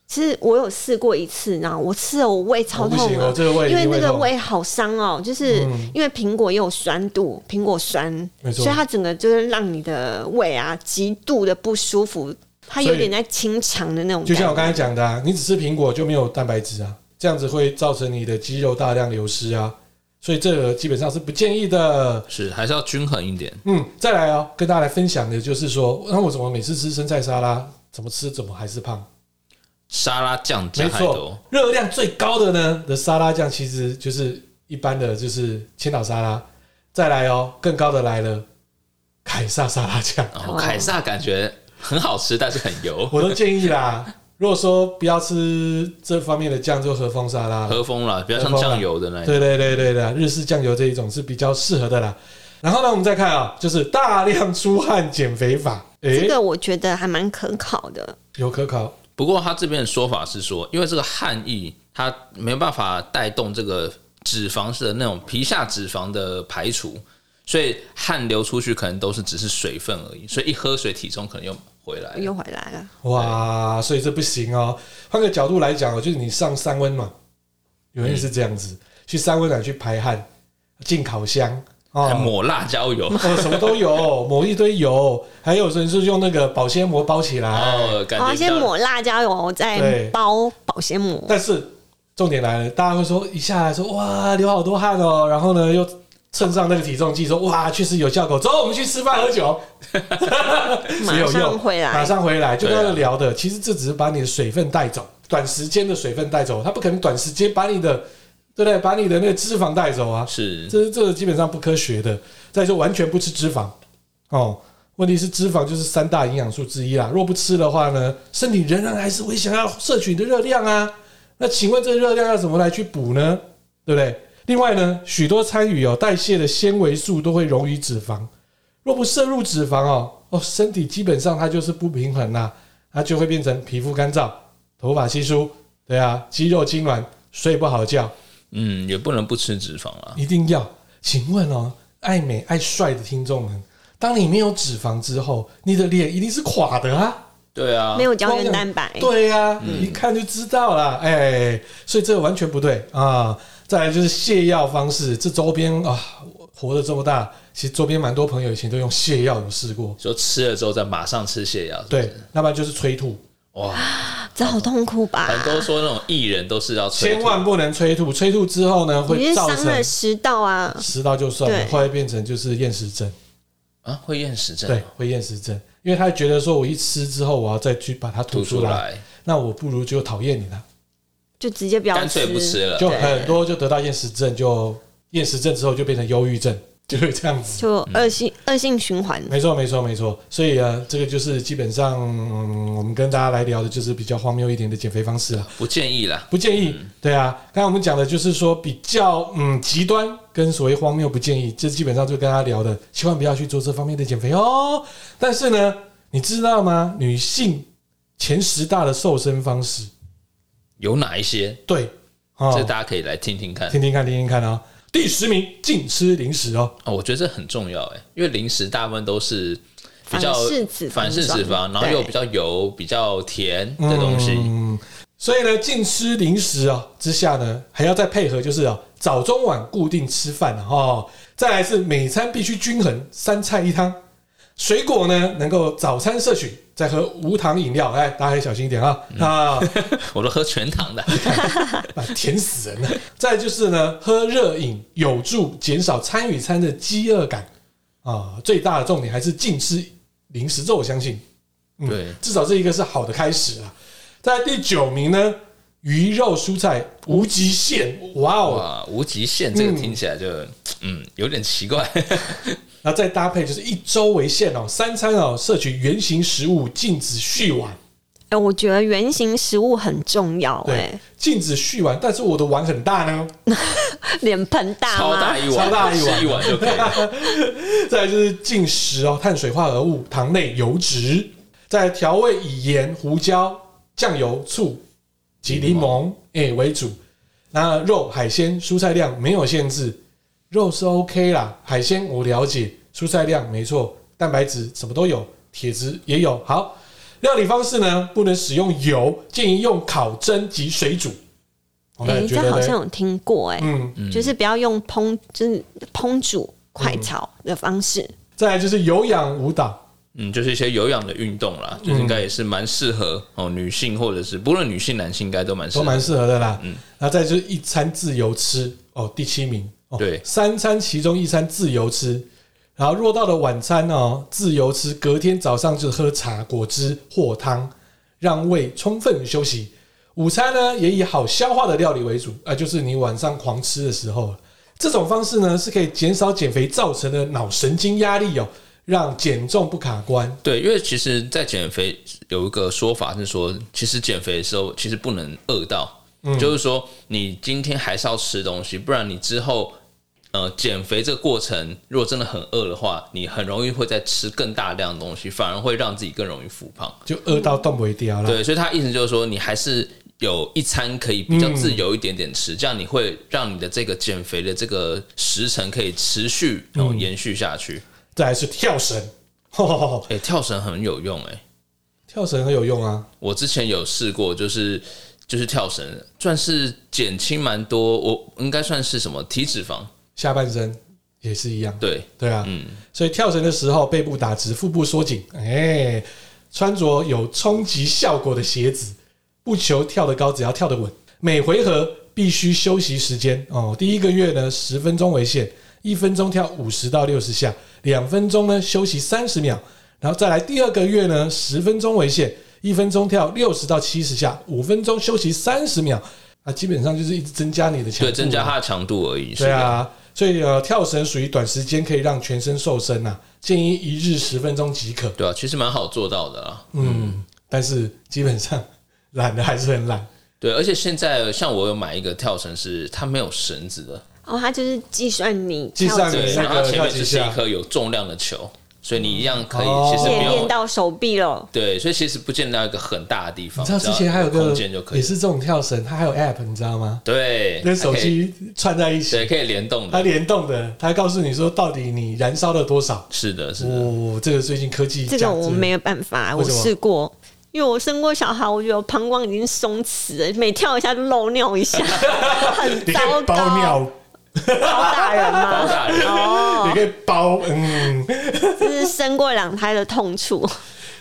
[SPEAKER 3] 其实我有试过一次，然后我吃了我胃超
[SPEAKER 1] 哦不
[SPEAKER 3] 痛
[SPEAKER 1] 行
[SPEAKER 3] 的，
[SPEAKER 1] 哦，这个胃
[SPEAKER 3] 因为那个
[SPEAKER 1] 痛
[SPEAKER 3] 胃好伤哦，就是
[SPEAKER 1] 嗯
[SPEAKER 3] 因为苹果也有酸度，苹果酸，
[SPEAKER 1] 没错
[SPEAKER 3] 所以它整个就是让你的胃啊极度的不舒服，它有点在清肠的那种
[SPEAKER 1] 就像
[SPEAKER 3] 感觉。
[SPEAKER 1] 我刚才讲的、啊，你只吃苹果就没有蛋白质啊，这样子会造成你的肌肉大量流失啊，所以这个基本上是不建议的。
[SPEAKER 2] 是还是要均衡一点。
[SPEAKER 1] 嗯，再来哦，跟大家来分享的就是说，那我怎么每次吃生菜沙拉怎么吃怎么还是胖。
[SPEAKER 2] 沙拉酱加
[SPEAKER 1] 没
[SPEAKER 2] 太
[SPEAKER 1] 错
[SPEAKER 2] 多，，
[SPEAKER 1] 热量最高的呢的沙拉酱其实就是一般的就是千岛沙拉，再来哦，更高的来了，凯撒沙拉酱，
[SPEAKER 2] 然后凯撒感觉很好吃，但是很油。
[SPEAKER 1] 我都建议啦。如果说不要吃这方面的酱，就和风沙拉啦。
[SPEAKER 2] 和风啦，比较像
[SPEAKER 1] 和风啦
[SPEAKER 2] 酱油的那一种。
[SPEAKER 1] 对对对对的，日式酱油这一种是比较适合的啦。然后呢，我们再看啊、就是大量出汗减肥法，诶、
[SPEAKER 3] 这个我觉得还蛮可考的。
[SPEAKER 1] 有可考，
[SPEAKER 2] 不过他这边的说法是说，因为这个汗液它没有办法带动这个脂肪式的那种皮下脂肪的排除，所以汗流出去可能都是只是水分而已，所以一喝水体重可能又回来了。
[SPEAKER 3] 又回来了，
[SPEAKER 1] 哇，所以这不行哦。换个角度来讲哦，就是你上三温暖，有人是这样子，去三温暖去排汗，进烤箱
[SPEAKER 2] 还
[SPEAKER 1] 哦，
[SPEAKER 2] 抹辣椒油，
[SPEAKER 1] 哦，什么都有，抹一堆油，还有人是用那个保鲜膜包起
[SPEAKER 2] 然
[SPEAKER 1] 来。
[SPEAKER 2] 后感
[SPEAKER 3] 然后
[SPEAKER 2] 觉
[SPEAKER 3] 先
[SPEAKER 2] 到
[SPEAKER 3] 抹辣椒油，
[SPEAKER 1] 对
[SPEAKER 3] 再包保鲜膜。
[SPEAKER 1] 但是重点来了，大家会说一下来说哇，流好多汗哦，然后呢又称上那个体重计说哇，确实有效果，走，我们去吃饭喝酒，只有
[SPEAKER 3] 马上
[SPEAKER 1] 用
[SPEAKER 3] 回来
[SPEAKER 1] 马上回来，就
[SPEAKER 2] 对啊
[SPEAKER 1] 刚刚聊的，其实这只是把你的水分带走，短时间的水分带走，它不可能短时间把你的，对不对？把你的那个脂肪带走啊，
[SPEAKER 2] 是
[SPEAKER 1] 这这个基本上不科学的。再说完全不吃脂肪，哦，问题是脂肪就是三大营养素之一啦。若不吃的话呢，身体仍然还是会想要摄取你的热量啊。那请问这热量要怎么来去补呢？对不对？另外呢，许多参与哦代谢的纤维素都会溶于脂肪，若不摄入脂肪哦，哦，身体基本上它就是不平衡啦、它就会变成皮肤干燥、头发稀疏，对啊，肌肉痉挛，睡不好觉，
[SPEAKER 2] 嗯，也不能不吃脂肪啊啦。
[SPEAKER 1] 一定要。请问哦，爱美爱帅的听众们，当你没有脂肪之后，你的脸一定是垮的啊。
[SPEAKER 2] 对啊
[SPEAKER 3] 没，有胶原蛋白，
[SPEAKER 1] 对呀、一看就知道啦。哎、所以这完全不对啊。再来就是泻药方式，这周边啊，我活了这么大，其实周边蛮多朋友以前都用泻药有试过，
[SPEAKER 2] 说吃了之后再马上吃泻药。是不是
[SPEAKER 1] 对，，要不然就是催吐，
[SPEAKER 2] 哇，
[SPEAKER 3] 这好痛苦吧？
[SPEAKER 2] 很多说那种艺人都是要催
[SPEAKER 1] 千
[SPEAKER 2] 吐
[SPEAKER 1] 万不能催吐，催吐之后呢，
[SPEAKER 3] 你
[SPEAKER 1] 会
[SPEAKER 3] 是
[SPEAKER 1] 造
[SPEAKER 3] 伤了
[SPEAKER 1] 成
[SPEAKER 3] 食道啊，
[SPEAKER 1] 食道就算了，
[SPEAKER 3] 对
[SPEAKER 1] 后来变成就是厌食症。
[SPEAKER 2] 啊，会厌食症，
[SPEAKER 1] 对，会厌食症，因为他觉得说我一吃之后，我要再去把它吐
[SPEAKER 2] 吐
[SPEAKER 1] 出
[SPEAKER 2] 出
[SPEAKER 1] 来，
[SPEAKER 2] 来，
[SPEAKER 1] 那我不如就讨厌你了，
[SPEAKER 3] 就直接不要
[SPEAKER 2] 干脆不吃了。
[SPEAKER 1] 就很多就得到厌食症，就厌食症之后就变成忧郁症， 就会这样子。
[SPEAKER 3] 就恶
[SPEAKER 2] 嗯
[SPEAKER 3] 性恶性循环。
[SPEAKER 1] 没错，没错，没错。所以啊，这个就是基本上、嗯我们跟大家来聊的，就是比较荒谬一点的减肥方式了，
[SPEAKER 2] 不建议啦。
[SPEAKER 1] 不建议。对啊，刚才我们讲的就是说比较嗯极端跟所谓荒谬不建议，这基本上就跟大家聊的，千万不要去做这方面的减肥哦。但是呢，你知道吗？女性前十大的瘦身方式，
[SPEAKER 2] 有哪一些？
[SPEAKER 1] 对，哦
[SPEAKER 2] 这，大家可以来听听看。
[SPEAKER 1] 听听看，听听看啊、第十名，禁吃零食哦。
[SPEAKER 2] 哦，我觉得这很重要哎，因为零食大部分都是比较
[SPEAKER 3] 反式脂肪
[SPEAKER 2] 反式脂肪，然后
[SPEAKER 3] 对
[SPEAKER 2] 又比较油、比较甜的东西。
[SPEAKER 1] 嗯所以呢，禁吃零食哦之下呢，还要再配合就是哦，早中晚固定吃饭啊哦，再来是每餐必须均衡，三菜一汤。水果呢，能够早餐摄取，再喝无糖饮料，哎，大家要小心一点啊、
[SPEAKER 2] 嗯
[SPEAKER 1] 啊，
[SPEAKER 2] 我都喝全 糖的，
[SPEAKER 1] 啊，甜死人了。再就是呢，喝热饮有助减少餐与餐的饥饿感啊、最大的重点还是禁吃零食，这我相信。嗯
[SPEAKER 2] 对，
[SPEAKER 1] 至少这一个是好的开始啊。在第九名呢，鱼肉蔬菜无极限，哇哦！
[SPEAKER 2] 哇，无极限这个听起来就嗯有点奇怪。
[SPEAKER 1] 然后再搭配就是一周为限哦，三餐哦摄取原型食物，禁止续碗，
[SPEAKER 3] 哎，我觉得原型食物很重要，
[SPEAKER 1] 对
[SPEAKER 3] 哎，，
[SPEAKER 1] 禁止续碗。但是我的碗很大呢，
[SPEAKER 3] 脸盆 大
[SPEAKER 2] 超大
[SPEAKER 3] 吗？
[SPEAKER 2] 一碗，
[SPEAKER 1] 超大一碗
[SPEAKER 2] 吃一碗就可以了。
[SPEAKER 1] 再来就是禁食哦，碳水化合物、糖类、油脂，再来调味以盐、胡椒、酱油、醋及柠檬诶、为主。那肉、海鲜、蔬菜量没有限制，肉是 OK 啦，海鲜我了解，蔬菜量没错，蛋白质什么都有，铁质也有。好，料理方式呢，不能使用油，建议用烤蒸及水煮。我
[SPEAKER 3] 哎，
[SPEAKER 1] 觉
[SPEAKER 3] 这
[SPEAKER 1] 得
[SPEAKER 3] 好
[SPEAKER 1] 呢
[SPEAKER 3] 像有听过，哎，
[SPEAKER 1] 嗯，
[SPEAKER 3] 就是不要用烹，就是烹煮、快
[SPEAKER 1] 嗯
[SPEAKER 3] 炒的方式。
[SPEAKER 1] 再来就是有氧舞蹈，
[SPEAKER 2] 嗯，就是一些有氧的运动啦，
[SPEAKER 1] 嗯
[SPEAKER 2] 就是应该也是蛮适合哦，女性或者是不论女性男性应该都蛮适
[SPEAKER 1] 都
[SPEAKER 2] 合。
[SPEAKER 1] 蛮适合的啦。
[SPEAKER 2] 嗯
[SPEAKER 1] 然后再就是一餐自由吃哦，第七名哦，
[SPEAKER 2] 对
[SPEAKER 1] 三餐其中一餐自由吃，然后若到了晚餐哦，自由吃，隔天早上就喝茶、果汁或汤，让胃充分休息。午餐呢，也以好消化的料理为主，啊、就是你晚上狂吃的时候了。这种方式呢，是可以减少减肥造成的脑神经压力哦，让减重不卡关。
[SPEAKER 2] 对，因为其实，在减肥有一个说法是说，其实减肥的时候其实不能饿到，
[SPEAKER 1] 嗯
[SPEAKER 2] 就是说你今天还是要吃东西，不然你之后呃减肥这个过程如果真的很饿的话，你很容易会再吃更大量的东西，反而会让自己更容易复胖。
[SPEAKER 1] 就饿到动不掉了。
[SPEAKER 2] 嗯对，所以他意思就是说，你还是有一餐可以比较自由一点点吃，这样你会让你的这个减肥的这个时程可以持续然后延续下去。
[SPEAKER 1] 再来是跳绳，吼吼吼
[SPEAKER 2] 哎、跳绳很有用哎、
[SPEAKER 1] 跳绳很有用啊。
[SPEAKER 2] 我之前有试过，就是就是跳绳，算是减轻蛮多，我应该算是什么体脂肪？
[SPEAKER 1] 下半身也是一样，
[SPEAKER 2] 对，
[SPEAKER 1] 对啊，
[SPEAKER 2] 嗯
[SPEAKER 1] 所以跳绳的时候，背部打直，腹部缩紧，哎、穿着有冲击效果的鞋子，不求跳得高，只要跳得稳。每回合必须休息时间哦，第一个月呢十分钟为限，一分钟跳五十到六十下，两分钟呢休息三十秒，然后再来第二个月呢十分钟为限，一分钟跳六十到七十下，五分钟休息三十秒。啊，基本上就是一直增加你的强度啊，
[SPEAKER 2] 对，增加它的强度而已。是
[SPEAKER 1] 对
[SPEAKER 2] 的，
[SPEAKER 1] 啊，所以呃，跳绳属于短时间可以让全身瘦身啊，建议一日十分钟即可。
[SPEAKER 2] 对啊，其实蛮好做到的啊啦。
[SPEAKER 1] 嗯，但是基本上懒的还是很懒。
[SPEAKER 2] 对，而且现在像我有买一个跳绳是它没有绳子的，
[SPEAKER 3] 哦，它就是计算你
[SPEAKER 1] 计算
[SPEAKER 3] 跳
[SPEAKER 2] 对，
[SPEAKER 1] 那
[SPEAKER 2] 然
[SPEAKER 1] 个
[SPEAKER 2] 后它前面
[SPEAKER 1] 跳几
[SPEAKER 2] 只是一
[SPEAKER 1] 下
[SPEAKER 2] 颗有重量的球，所以你一样可以，
[SPEAKER 1] 哦
[SPEAKER 2] 其实
[SPEAKER 3] 几
[SPEAKER 2] 不
[SPEAKER 3] 也
[SPEAKER 2] 用
[SPEAKER 3] 练到手臂了。
[SPEAKER 2] 对，所以其实不见得要一个很大的地
[SPEAKER 1] 你
[SPEAKER 2] 方，
[SPEAKER 1] 知道
[SPEAKER 2] 只
[SPEAKER 1] 之
[SPEAKER 2] 要
[SPEAKER 1] 前还有
[SPEAKER 2] 有空
[SPEAKER 1] 个
[SPEAKER 2] 间就可
[SPEAKER 1] 也
[SPEAKER 2] 以。
[SPEAKER 1] 是这种跳绳，它还有 App，你知道吗？
[SPEAKER 2] 对，
[SPEAKER 1] 跟手
[SPEAKER 2] 还可以
[SPEAKER 1] 机串在一
[SPEAKER 2] 对
[SPEAKER 1] 起，
[SPEAKER 2] 可以联动
[SPEAKER 1] 它
[SPEAKER 2] 的，
[SPEAKER 1] 联动的，它告诉你说到底你燃烧了多少。
[SPEAKER 2] 是的，是的。
[SPEAKER 1] 哦，这个最近科技
[SPEAKER 3] 这个
[SPEAKER 1] 讲
[SPEAKER 3] 我没有办法，
[SPEAKER 1] 为
[SPEAKER 3] 我
[SPEAKER 1] 什么
[SPEAKER 3] 试过，因为我生过小孩，我觉得我膀胱已经松弛了，每跳一下就漏尿 一下，很
[SPEAKER 1] 你可
[SPEAKER 3] 糟
[SPEAKER 1] 以
[SPEAKER 3] 糕。
[SPEAKER 1] 包尿，
[SPEAKER 3] 包大人
[SPEAKER 2] 包
[SPEAKER 3] 吗？哦
[SPEAKER 2] 大人，
[SPEAKER 1] 你可以包嗯，
[SPEAKER 3] 这是生过两胎的痛处。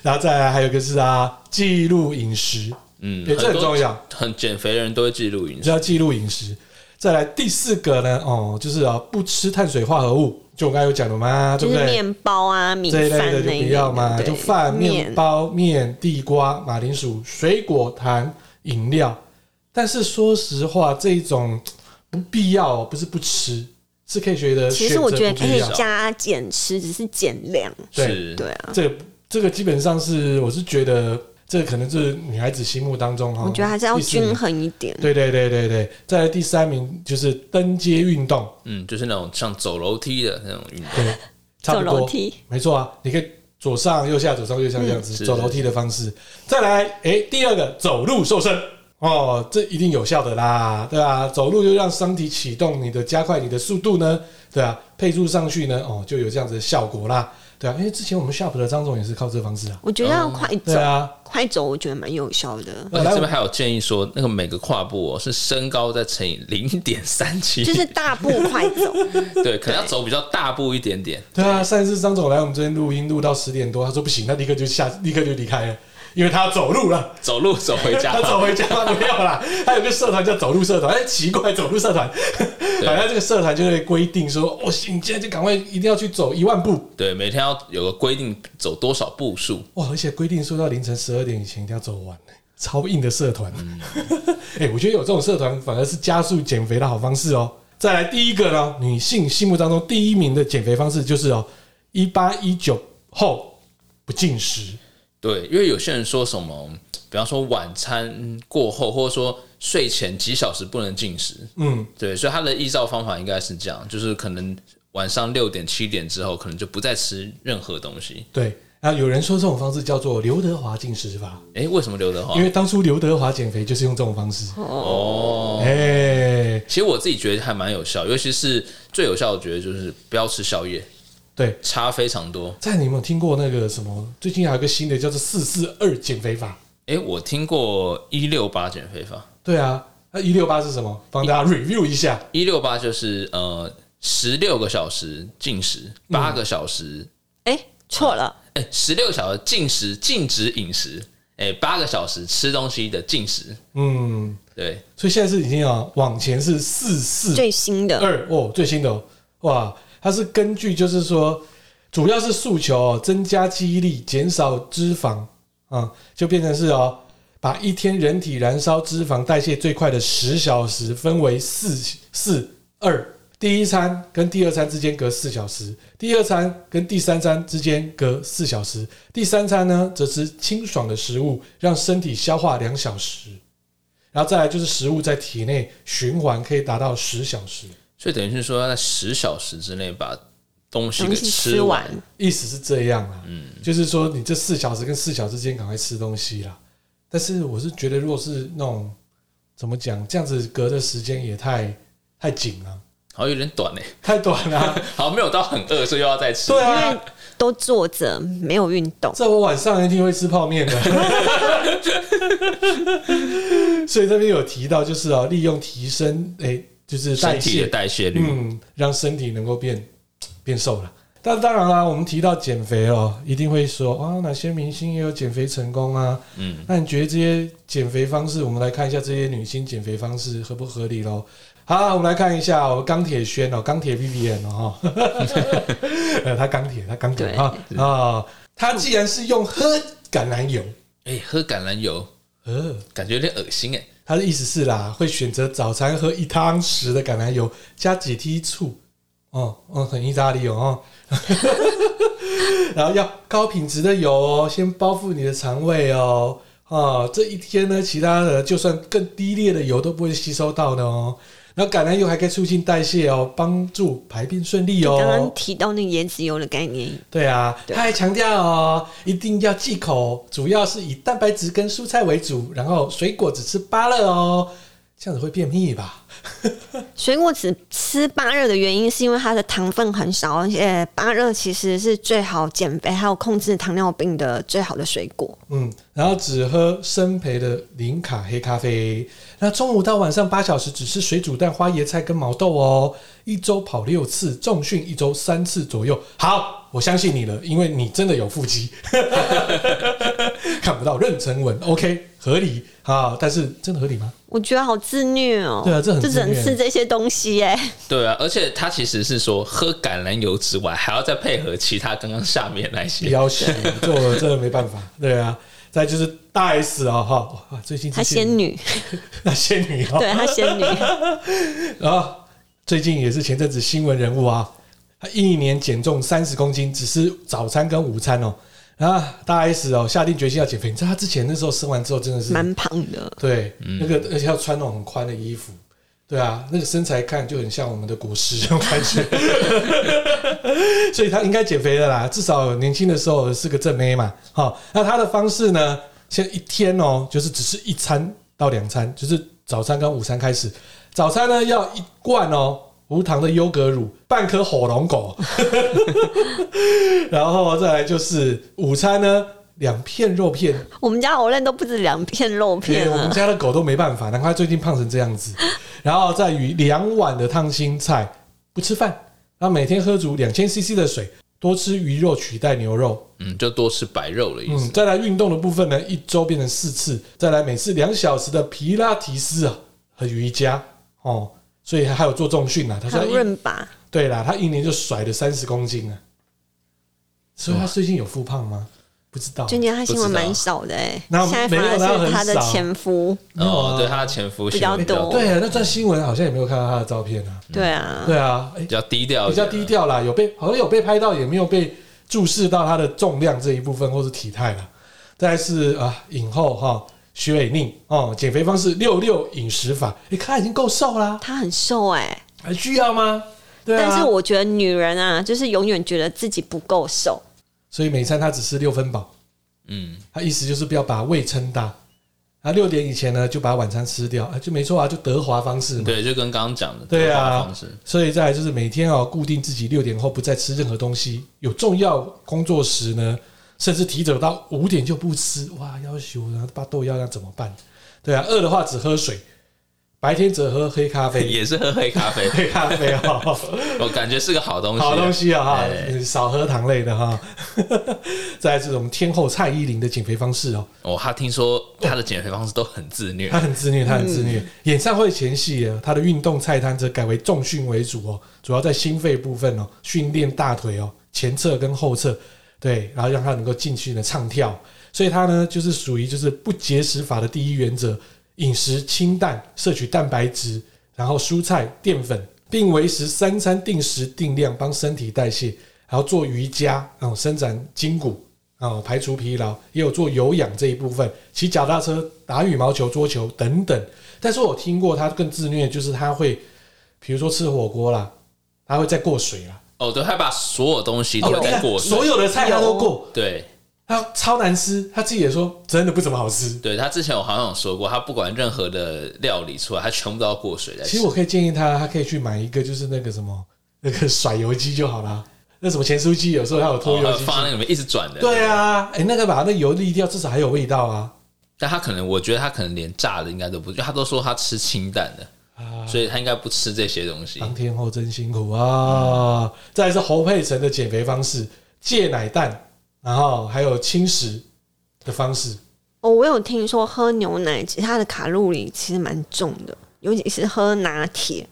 [SPEAKER 1] 然后再来还有一个是啊，记录饮食，
[SPEAKER 2] 嗯，
[SPEAKER 1] 对这很
[SPEAKER 2] 多
[SPEAKER 1] 重要。
[SPEAKER 2] 很减肥的人都会记录饮
[SPEAKER 1] 你
[SPEAKER 2] 食，
[SPEAKER 1] 要记录饮食。再来第四个呢，哦，就是啊，不吃碳水化合物，就我刚才有讲的嘛，对
[SPEAKER 3] 就
[SPEAKER 1] 不
[SPEAKER 3] 是
[SPEAKER 1] 对？
[SPEAKER 3] 面包啊、米
[SPEAKER 1] 这一类
[SPEAKER 3] 饭
[SPEAKER 1] 的
[SPEAKER 3] 那
[SPEAKER 1] 就
[SPEAKER 3] 一
[SPEAKER 1] 不
[SPEAKER 3] 类
[SPEAKER 1] 要
[SPEAKER 3] 的，
[SPEAKER 1] 嘛，
[SPEAKER 3] 对
[SPEAKER 1] 就饭、面
[SPEAKER 3] 面
[SPEAKER 1] 包、面、地瓜、马铃薯、水果、糖、饮料。但是说实话，这种不必要哦，不是不吃，是可以觉得
[SPEAKER 3] 其
[SPEAKER 1] 选
[SPEAKER 3] 实
[SPEAKER 1] 择
[SPEAKER 3] 我觉得
[SPEAKER 1] 不
[SPEAKER 3] 可
[SPEAKER 1] 必
[SPEAKER 3] 以
[SPEAKER 1] 要
[SPEAKER 3] 加减吃，只是减量。
[SPEAKER 1] 对
[SPEAKER 2] 是，
[SPEAKER 3] 对啊，
[SPEAKER 1] 这个这个基本上是我是觉得这个可能是女孩子心目当中哈，
[SPEAKER 3] 我觉得还是要
[SPEAKER 1] 第四名
[SPEAKER 3] 均衡一点。
[SPEAKER 1] 哦对对对对对，再来第三名就是登阶运动，
[SPEAKER 2] 嗯，就是那种像走楼梯的那种运动，
[SPEAKER 1] 对，差不
[SPEAKER 3] 走
[SPEAKER 1] 多
[SPEAKER 3] 楼梯，嗯
[SPEAKER 1] 没错啊，你可以左上右下左上右下这样子、
[SPEAKER 2] 是
[SPEAKER 1] 走楼梯的方式。再来，哎、第二个走路瘦身哦，这一定有效的啦，对啊，走路就让身体启动你的加快你的速度呢，对啊，配注上去呢，哦，就有这样子的效果啦，对啊，因为之前我们 shop 的张总也是靠这方式啊，
[SPEAKER 3] 我觉得要快
[SPEAKER 1] 对
[SPEAKER 3] 走，
[SPEAKER 1] 啊，
[SPEAKER 3] 快走我觉得蛮有效的。
[SPEAKER 2] 而且这边还有建议说，那个每个跨步哦是身高再乘以零点三七，
[SPEAKER 3] 就是大步 快走，
[SPEAKER 2] 对，可能要走比较大步一点点，
[SPEAKER 1] 对啊，上一次张总来我们这边录音录到十点多，他说不行，他立刻就下立刻就离开了，因为他要走路了。
[SPEAKER 2] 走路走回家
[SPEAKER 1] 他。走回家吗？没有啦，他有个社团叫走路社团，哎，奇怪，走路社团，反正这个社团就会规定说，哦，你现在就赶快一定要去走一万步，
[SPEAKER 2] 对，每天要有个规定走多少步数，
[SPEAKER 1] 哇，而且规定说到凌晨十二点以前一定要走完，超硬的社团。 哎、我觉得有这种社团反而是加速减肥的好方式哦。再来第一个呢，女性心目当中第一名的减肥方式就是哦，一八一九后不进食。
[SPEAKER 2] 对，因为有些人说什么，比方说晚餐过后，或者说睡前几小时不能进食，
[SPEAKER 1] 嗯，
[SPEAKER 2] 对，所以他的依照方法应该是这样，就是可能晚上六点七点之后，可能就不再吃任何东西。
[SPEAKER 1] 对。然后有人说这种方式叫做刘德华进食法，
[SPEAKER 2] 诶，为什么刘德华
[SPEAKER 1] 因？为当初刘德华减肥就是用这种方式。
[SPEAKER 2] 哦，
[SPEAKER 1] 哎、
[SPEAKER 2] 其实我自己觉得还蛮有效，尤其是最有效，我觉得就是不要吃宵夜，
[SPEAKER 1] 对，
[SPEAKER 2] 差非常多。
[SPEAKER 1] 在你有没有听过那个什么？最近还有一个新的叫做“四四二减肥法
[SPEAKER 2] 诶，我听过一六八减肥法，”。
[SPEAKER 1] 对啊，那一六八是什么？帮大家 review 一下。
[SPEAKER 2] 一六八就是呃十六个小时进食，八个小时，
[SPEAKER 3] 哎、错了，
[SPEAKER 2] 诶，哎十六小时进食禁止饮食，诶，八个小时吃东西的进食，
[SPEAKER 1] 嗯，
[SPEAKER 2] 对，
[SPEAKER 1] 所以现在是已经啊，往前是四四
[SPEAKER 3] 最新的
[SPEAKER 1] 二哦，最新的、哦、哇，它是根据就是说，主要是诉求、哦、增加记忆力，减少脂肪啊、就变成是哦，把一天人体燃烧脂肪代谢最快的十小时分为四四二，第一餐跟第二餐之间隔四小时，第二餐跟第三餐之间隔四小时，第三餐呢则吃清爽的食物，让身体消化两小时。然后再来就是食物在体内循环，可以达到十小时，
[SPEAKER 2] 所以等于是说要在十小时之内把东西
[SPEAKER 3] 东
[SPEAKER 2] 给
[SPEAKER 3] 西
[SPEAKER 2] 吃
[SPEAKER 3] 吃完
[SPEAKER 2] 完。，
[SPEAKER 1] 意思是这样啊。
[SPEAKER 2] 嗯
[SPEAKER 1] 就是说你这四小时跟四小时之间赶快吃东西啦。但是我是觉得，如果是那种怎么讲，这样子隔的时间也太太紧了、
[SPEAKER 2] 好像有点短呢，
[SPEAKER 1] 太短了、
[SPEAKER 2] 好没有到很饿，所以又要再吃。
[SPEAKER 1] 对
[SPEAKER 3] 因
[SPEAKER 1] 啊
[SPEAKER 3] 为，都坐着没有运动。
[SPEAKER 1] 这我晚上一定会吃泡面 的。所以这边有提到，就是啊，利用提升，哎、就是代
[SPEAKER 2] 身体
[SPEAKER 1] 谢
[SPEAKER 2] 的代谢率，
[SPEAKER 1] 嗯，让身体能够变变瘦了。但当然啦，我们提到减肥哦，一定会说啊，哪些明星也有减肥成功啊？
[SPEAKER 2] 嗯，
[SPEAKER 1] 那你觉得这些减肥方式，我们来看一下这些女星减肥方式合不合理喽？好，我们来看一下哦，钢铁轩哦，钢铁 Vivian 哦，哈 呃，她钢铁，她钢铁
[SPEAKER 3] 对
[SPEAKER 1] 啊啊，她既然是用喝橄榄油，
[SPEAKER 2] 哎、喝橄榄油
[SPEAKER 1] 呃，
[SPEAKER 2] 感觉有点恶心哎，
[SPEAKER 1] 她的意思是啦，会选择早餐喝一汤匙的橄榄油加几滴醋，哦哦，很意大利哦哦， 然后要高品质的油哦，先包覆你的肠胃哦。啊，这一天呢，其他的就算更低劣的油都不会吸收到的哦。然后橄榄油还可以促进代谢哦，帮助排便顺利
[SPEAKER 3] 就
[SPEAKER 1] 哦。
[SPEAKER 3] 刚刚提到那个椰子油的概念，
[SPEAKER 1] 对啊，
[SPEAKER 3] 对
[SPEAKER 1] 他还强调哦，一定要忌口，主要是以蛋白质跟蔬菜为主，然后水果只吃芭乐哦，这样子会便秘吧？
[SPEAKER 3] 水果只吃芭乐的原因是因为它的糖分很少，而且芭乐其实是最好减肥还有控制糖尿病的最好的水果。
[SPEAKER 1] 嗯，然后只喝生培的零卡黑咖啡，那中午到晚上八小时只吃水煮蛋、花椰菜跟毛豆哦，一周跑六次，重训一周三次左右。好，我相信你了，因为你真的有腹肌， 看不到妊娠纹，OK，合理啊，但是真的合理吗？
[SPEAKER 3] 我觉得好自虐哦、
[SPEAKER 1] 对啊这很
[SPEAKER 3] 就只能
[SPEAKER 1] 自虐
[SPEAKER 3] 吃这些东 西耶、
[SPEAKER 2] 对啊，而且它其实是说喝橄榄油之外，还要再配合其他刚刚下面那些，
[SPEAKER 1] 要求，这我真的没办法。对啊，再就是大 S 啊、哈，哇，最近
[SPEAKER 3] 她仙
[SPEAKER 1] 女，
[SPEAKER 3] 女，
[SPEAKER 1] 那仙女啊、
[SPEAKER 3] 对她 仙女，
[SPEAKER 1] 然后最近也是前阵子新闻人物啊，他一年减重三十公斤，只吃早餐跟午餐哦。啊，大 S 哦，下定决心要减肥。你知道他之前那时候生完之后真的是
[SPEAKER 3] 蛮胖的。
[SPEAKER 1] 对，那个而且要穿那种很宽的衣服，对啊，那个身材看就很像我们的国师那种感觉， 所以他应该减肥了啦，至少年轻的时候是个正妹嘛，好、那他的方式呢，现在一天哦，就是只吃一餐到两餐，就是早餐跟午餐开始，早餐呢要一罐哦。无糖的优格乳，半颗火龙果， 然后再来就是午餐呢，两片肉片，
[SPEAKER 3] 我们家偶认都不止两片肉片啊
[SPEAKER 1] 对我们
[SPEAKER 3] 了，
[SPEAKER 1] 家的狗都没办法，难怪最近胖成这样 子。然后再与两碗的烫心菜，不吃饭，然后每天喝足两千 CC 的水，多吃鱼肉取代牛肉。
[SPEAKER 2] 嗯，就多吃白肉的意
[SPEAKER 1] 嗯
[SPEAKER 2] 思，，
[SPEAKER 1] 再来运动的部分呢，一周变成四次，再来每次两小时的皮拉提斯啊和瑜伽哦，所以还有做重训啊。他说
[SPEAKER 3] 很
[SPEAKER 1] 一
[SPEAKER 3] 润吧？
[SPEAKER 1] 对啦，他一年就甩了三十公斤啊，所以他最近有复胖吗？哦不知道。
[SPEAKER 3] 最近她新闻
[SPEAKER 2] 不知道
[SPEAKER 3] 蛮少的哎、
[SPEAKER 1] 那
[SPEAKER 3] 现在反
[SPEAKER 1] 没有那
[SPEAKER 3] 而
[SPEAKER 1] 很
[SPEAKER 3] 是她的
[SPEAKER 1] 少
[SPEAKER 3] 前夫，
[SPEAKER 1] 啊
[SPEAKER 2] 哦，对，她的前夫新闻
[SPEAKER 3] 比较多
[SPEAKER 1] 对啊，那段新闻好像也没有看到他的照片啊。
[SPEAKER 3] 对啊，
[SPEAKER 1] 对啊，哎
[SPEAKER 2] 比较低调，
[SPEAKER 1] 比较低。调啦，有被好像有被拍到，也没有被注视到它的重量这一部分或是体态啦。再来是啊，影后哈徐伟宁哦，减肥方式六六饮食法，你、看她已经够瘦啦，
[SPEAKER 3] 她很瘦哎、
[SPEAKER 1] 还需要吗？对啊，
[SPEAKER 3] 但是我觉得女人啊，就是永远觉得自己不够瘦，
[SPEAKER 1] 所以每餐她只吃六分饱，
[SPEAKER 2] 嗯，
[SPEAKER 1] 她意思就是不要把胃撑大。啊，六点以前呢就把晚餐吃掉，啊，就没错啊，就德华方式嘛。
[SPEAKER 2] 对，就跟刚刚讲的
[SPEAKER 1] 对
[SPEAKER 2] 这种
[SPEAKER 1] 啊
[SPEAKER 2] 方式，
[SPEAKER 1] 所以再来就是每天哦，固定自己六点后不再吃任何东西，有重要工作时呢，甚至提早到五点就不吃，哇，要求然后巴豆要那怎么办？对啊，饿的话只喝水，白天只喝黑咖 啡，
[SPEAKER 2] 也是喝黑咖啡，
[SPEAKER 1] 黑咖啡哦，
[SPEAKER 2] 我感觉是个好东西，
[SPEAKER 1] 好东西啊哈
[SPEAKER 2] 对，
[SPEAKER 1] 嗯少喝糖类的哈。 再来这种天后蔡依林的减肥方式哦，
[SPEAKER 2] 哦，他听说他的减肥方式都很自虐
[SPEAKER 1] 她，很自虐，她很自虐。演唱会前夕啊，她的运动菜单则改为重训为主哦，主要在心肺部分哦，训练大腿哦，前侧跟后侧，对，然后让她能够尽情的唱跳。所以它呢就是属于就是不节食法的第一原则，饮食清淡，摄取蛋白质，然后蔬菜、淀粉，并维持三餐定时定量，帮身体代谢，还要做瑜伽，然后伸展筋骨。啊，排除疲劳，也有做有氧这一部分，骑脚踏车、打羽毛球、桌球等等。但是我听过他更自虐，就是他会，比如说吃火锅啦，他会再过水啦，
[SPEAKER 2] 哦，对，他把所有东西都会
[SPEAKER 1] 哦你
[SPEAKER 2] 再
[SPEAKER 1] 看
[SPEAKER 2] 过水
[SPEAKER 1] 所有的菜他都过，
[SPEAKER 2] 对
[SPEAKER 1] 他超难吃，他自己也说真的不怎么好吃。
[SPEAKER 2] 对，他之前我好像有说过，他不管任何的料理出来，他全部都要过水再
[SPEAKER 1] 其
[SPEAKER 2] 吃
[SPEAKER 1] 实。我可以建议他，他可以去买一个就是那个什么 那个甩油机就好啦。那什么前酥机有时候还有脱
[SPEAKER 2] 哦
[SPEAKER 1] 油
[SPEAKER 2] 呃
[SPEAKER 1] 机器，
[SPEAKER 2] 放在那里面一直转的，
[SPEAKER 1] 对啊，哎、那个把那油沥掉，至少还有味道啊。
[SPEAKER 2] 但他可能，我觉得他可能连炸的应该都不，他都说他吃清淡的，
[SPEAKER 1] 啊，
[SPEAKER 2] 所以他应该不吃这些东西。
[SPEAKER 1] 当天后真辛苦啊！再来是侯佩岑的减肥方式，戒奶蛋，然后还有轻食的方式。
[SPEAKER 3] 哦，我有听说喝牛奶，其实它的卡路里其实蛮重的，尤其是喝拿铁。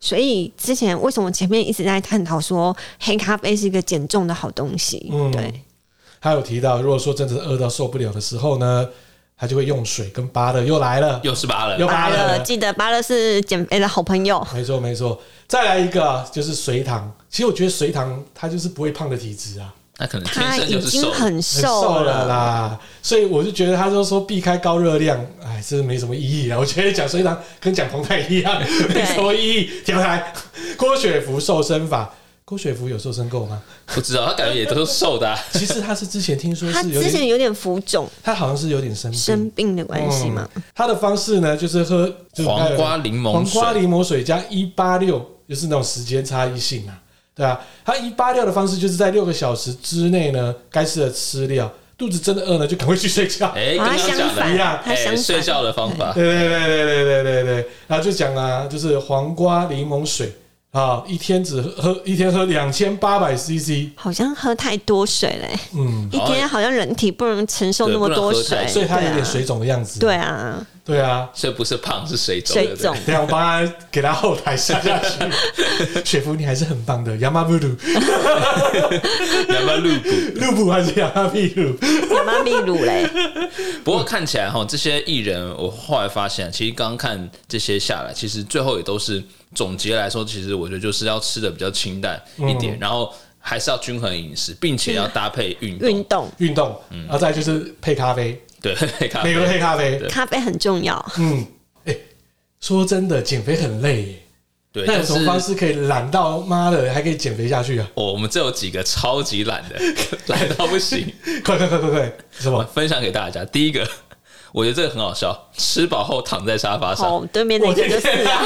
[SPEAKER 3] 所以之前为什么前面一直在探讨说黑咖啡是一个减重的好东西？
[SPEAKER 1] 嗯
[SPEAKER 3] 对，
[SPEAKER 1] 他有提到，如果说真的是饿到受不了的时候呢，他就会用水跟芭乐又来了。
[SPEAKER 2] 又是芭乐
[SPEAKER 1] 又，芭
[SPEAKER 3] 芭乐
[SPEAKER 1] 乐
[SPEAKER 3] 记得芭乐是减肥的好朋友。
[SPEAKER 1] 没错没错，再来一个啊就是随糖。其实我觉得随糖它就是不会胖的体质啊，
[SPEAKER 2] 他可能天
[SPEAKER 3] 他
[SPEAKER 2] 生
[SPEAKER 3] 已
[SPEAKER 2] 就是
[SPEAKER 3] 经
[SPEAKER 2] 瘦。
[SPEAKER 3] 很
[SPEAKER 1] 很
[SPEAKER 3] 瘦
[SPEAKER 1] 了
[SPEAKER 3] 了，
[SPEAKER 1] 啦。所以我就觉得他就说避开高热量，哎，这没什么意义啊。我觉得讲随糖跟讲红太一样，没什么意义。跳来，郭雪芙瘦身法，郭雪芙有瘦身够吗？
[SPEAKER 2] 不知道，他感觉也都是瘦的啊、
[SPEAKER 1] 其实他是之前听说
[SPEAKER 3] 他
[SPEAKER 1] 是有
[SPEAKER 3] 之
[SPEAKER 1] 点，嗯
[SPEAKER 3] 前有点浮肿、
[SPEAKER 1] 他好像是有点生病
[SPEAKER 3] 生。病的关系嘛。
[SPEAKER 1] 他的方式呢，就是喝就是我刚才
[SPEAKER 2] 黄
[SPEAKER 1] 有
[SPEAKER 2] 瓜柠檬
[SPEAKER 1] 黄瓜
[SPEAKER 2] 水，
[SPEAKER 1] 柠檬水加一八六，就是那种时间差异性啊，对啊，它一八六的方式就是在六个小时之内呢，该吃的吃掉，肚子真的饿呢就赶快去睡觉。
[SPEAKER 2] 哎，跟
[SPEAKER 3] 啊，
[SPEAKER 2] 刚
[SPEAKER 3] 相
[SPEAKER 2] 刚讲的
[SPEAKER 1] 一样
[SPEAKER 3] 反，他相
[SPEAKER 2] 哎，
[SPEAKER 3] 反，
[SPEAKER 2] 睡觉的方法，
[SPEAKER 1] 对对对对对对对对，然后就讲啊，就是黄瓜柠檬水啊，一天只喝一天喝两千八百 CC，
[SPEAKER 3] 好像喝太多水嘞、
[SPEAKER 1] 嗯，
[SPEAKER 3] 一天好像人体不能承受那么多水，
[SPEAKER 2] 对
[SPEAKER 1] 所以它有
[SPEAKER 3] 对
[SPEAKER 1] 点
[SPEAKER 3] 啊
[SPEAKER 1] 水肿的样子。
[SPEAKER 3] 对啊，
[SPEAKER 1] 对啊，
[SPEAKER 2] 所以不是胖是水肿，对
[SPEAKER 3] 水
[SPEAKER 2] 不对
[SPEAKER 3] 肿。
[SPEAKER 1] 等一下我帮他给他后台下下去。雪芙，你还是很棒的，亚麻布鲁
[SPEAKER 2] 两边露骨。
[SPEAKER 1] 露布还是亚麻秘鲁？
[SPEAKER 3] 我妈秘鲁嘞，
[SPEAKER 2] 不过看起来哈，这些艺人，我后来发现，其实刚刚看这些下来，其实最后也都是总结来说，其实我觉得就是要吃的比较清淡
[SPEAKER 1] 嗯
[SPEAKER 2] 一点，然后还是要均衡饮食，并且要搭配运动。
[SPEAKER 3] 运动
[SPEAKER 1] 运动，然后再来就是配咖啡，
[SPEAKER 2] 对， 咖
[SPEAKER 1] 美国的
[SPEAKER 2] 啡
[SPEAKER 1] 黑咖啡。
[SPEAKER 2] 对
[SPEAKER 3] 咖啡很重要，
[SPEAKER 1] 嗯，哎、说真的，减肥很累耶。
[SPEAKER 2] 对，
[SPEAKER 1] 那有
[SPEAKER 2] 但
[SPEAKER 1] 什么方
[SPEAKER 2] 是。
[SPEAKER 1] 式可以懒到妈的还可以减肥下去啊？
[SPEAKER 2] 哦，我们这有几个超级懒的，懒到不行，
[SPEAKER 1] 快快快快快！什
[SPEAKER 2] 我
[SPEAKER 1] 么？
[SPEAKER 2] 分享给大家。第一个，我觉得这个很好笑，吃饱后躺在沙发上，
[SPEAKER 3] 哦，对面那个就是啊，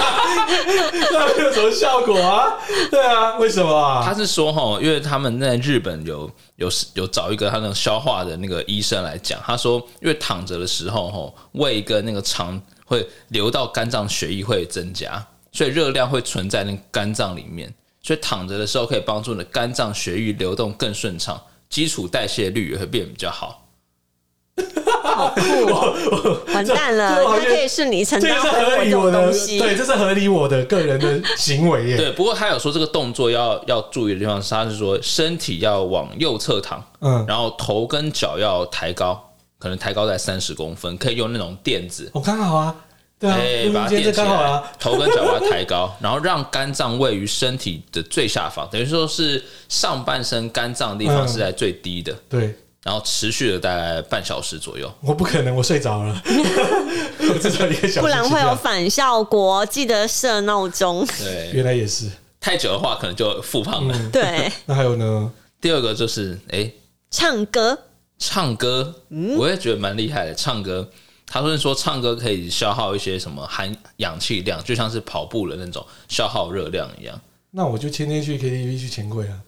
[SPEAKER 1] 那有什么效果啊？对啊，为什么啊？
[SPEAKER 2] 他是说哈，因为他们在日本有有有找一个他那种消化的那个医生来讲，他说，因为躺着的时候哈，胃跟那个肠会流到肝脏血液会增加，所以热量会存在那个肝脏里面，所以躺着的时候可以帮助你的肝脏血液流动更顺畅，基础代谢率也会变比较好。
[SPEAKER 3] 好酷 哦，完蛋了
[SPEAKER 1] 这，
[SPEAKER 3] 它
[SPEAKER 1] 好像
[SPEAKER 3] 可以顺理成
[SPEAKER 1] 这个
[SPEAKER 3] 章
[SPEAKER 1] 是合
[SPEAKER 3] 回我这
[SPEAKER 1] 理我
[SPEAKER 3] 种
[SPEAKER 1] 的，
[SPEAKER 3] 东西，
[SPEAKER 1] 对，这是合理我的个人的行为耶。
[SPEAKER 2] 对，不过他有说这个动作要要注意的地方是，他是说身体要往右侧躺，
[SPEAKER 1] 嗯，
[SPEAKER 2] 然后头跟脚要抬高，可能抬高在三十公分，可以用那种垫子。
[SPEAKER 1] 我刚好啊，对啊，
[SPEAKER 2] 哎、
[SPEAKER 1] 录
[SPEAKER 2] 把
[SPEAKER 1] 音
[SPEAKER 2] 它
[SPEAKER 1] 间这
[SPEAKER 2] 垫起
[SPEAKER 1] 刚好啊
[SPEAKER 2] 来，，头跟脚把它抬高，然后让肝脏位于身体的最下方，等于说是上半身肝脏的地方
[SPEAKER 1] 嗯
[SPEAKER 2] 是在最低的，
[SPEAKER 1] 对。
[SPEAKER 2] 然后持续了大概半小时左右。
[SPEAKER 1] 我不可能，我睡着 了，我至少一个小时。
[SPEAKER 3] 不然会有。反效果，记得设闹钟。
[SPEAKER 2] 对，
[SPEAKER 1] 原来也是，
[SPEAKER 2] 太久的话可能就复胖了。
[SPEAKER 1] 嗯，
[SPEAKER 3] 对，
[SPEAKER 1] 那还有呢？
[SPEAKER 2] 第二个就是，哎、
[SPEAKER 3] 唱歌
[SPEAKER 2] 唱歌，我也觉得蛮厉害的。唱歌，他说是说唱歌可以消耗一些什么含氧气量，就像是跑步的那种消耗热量一样。
[SPEAKER 1] 那我就天天去 KTV 去钱柜啊。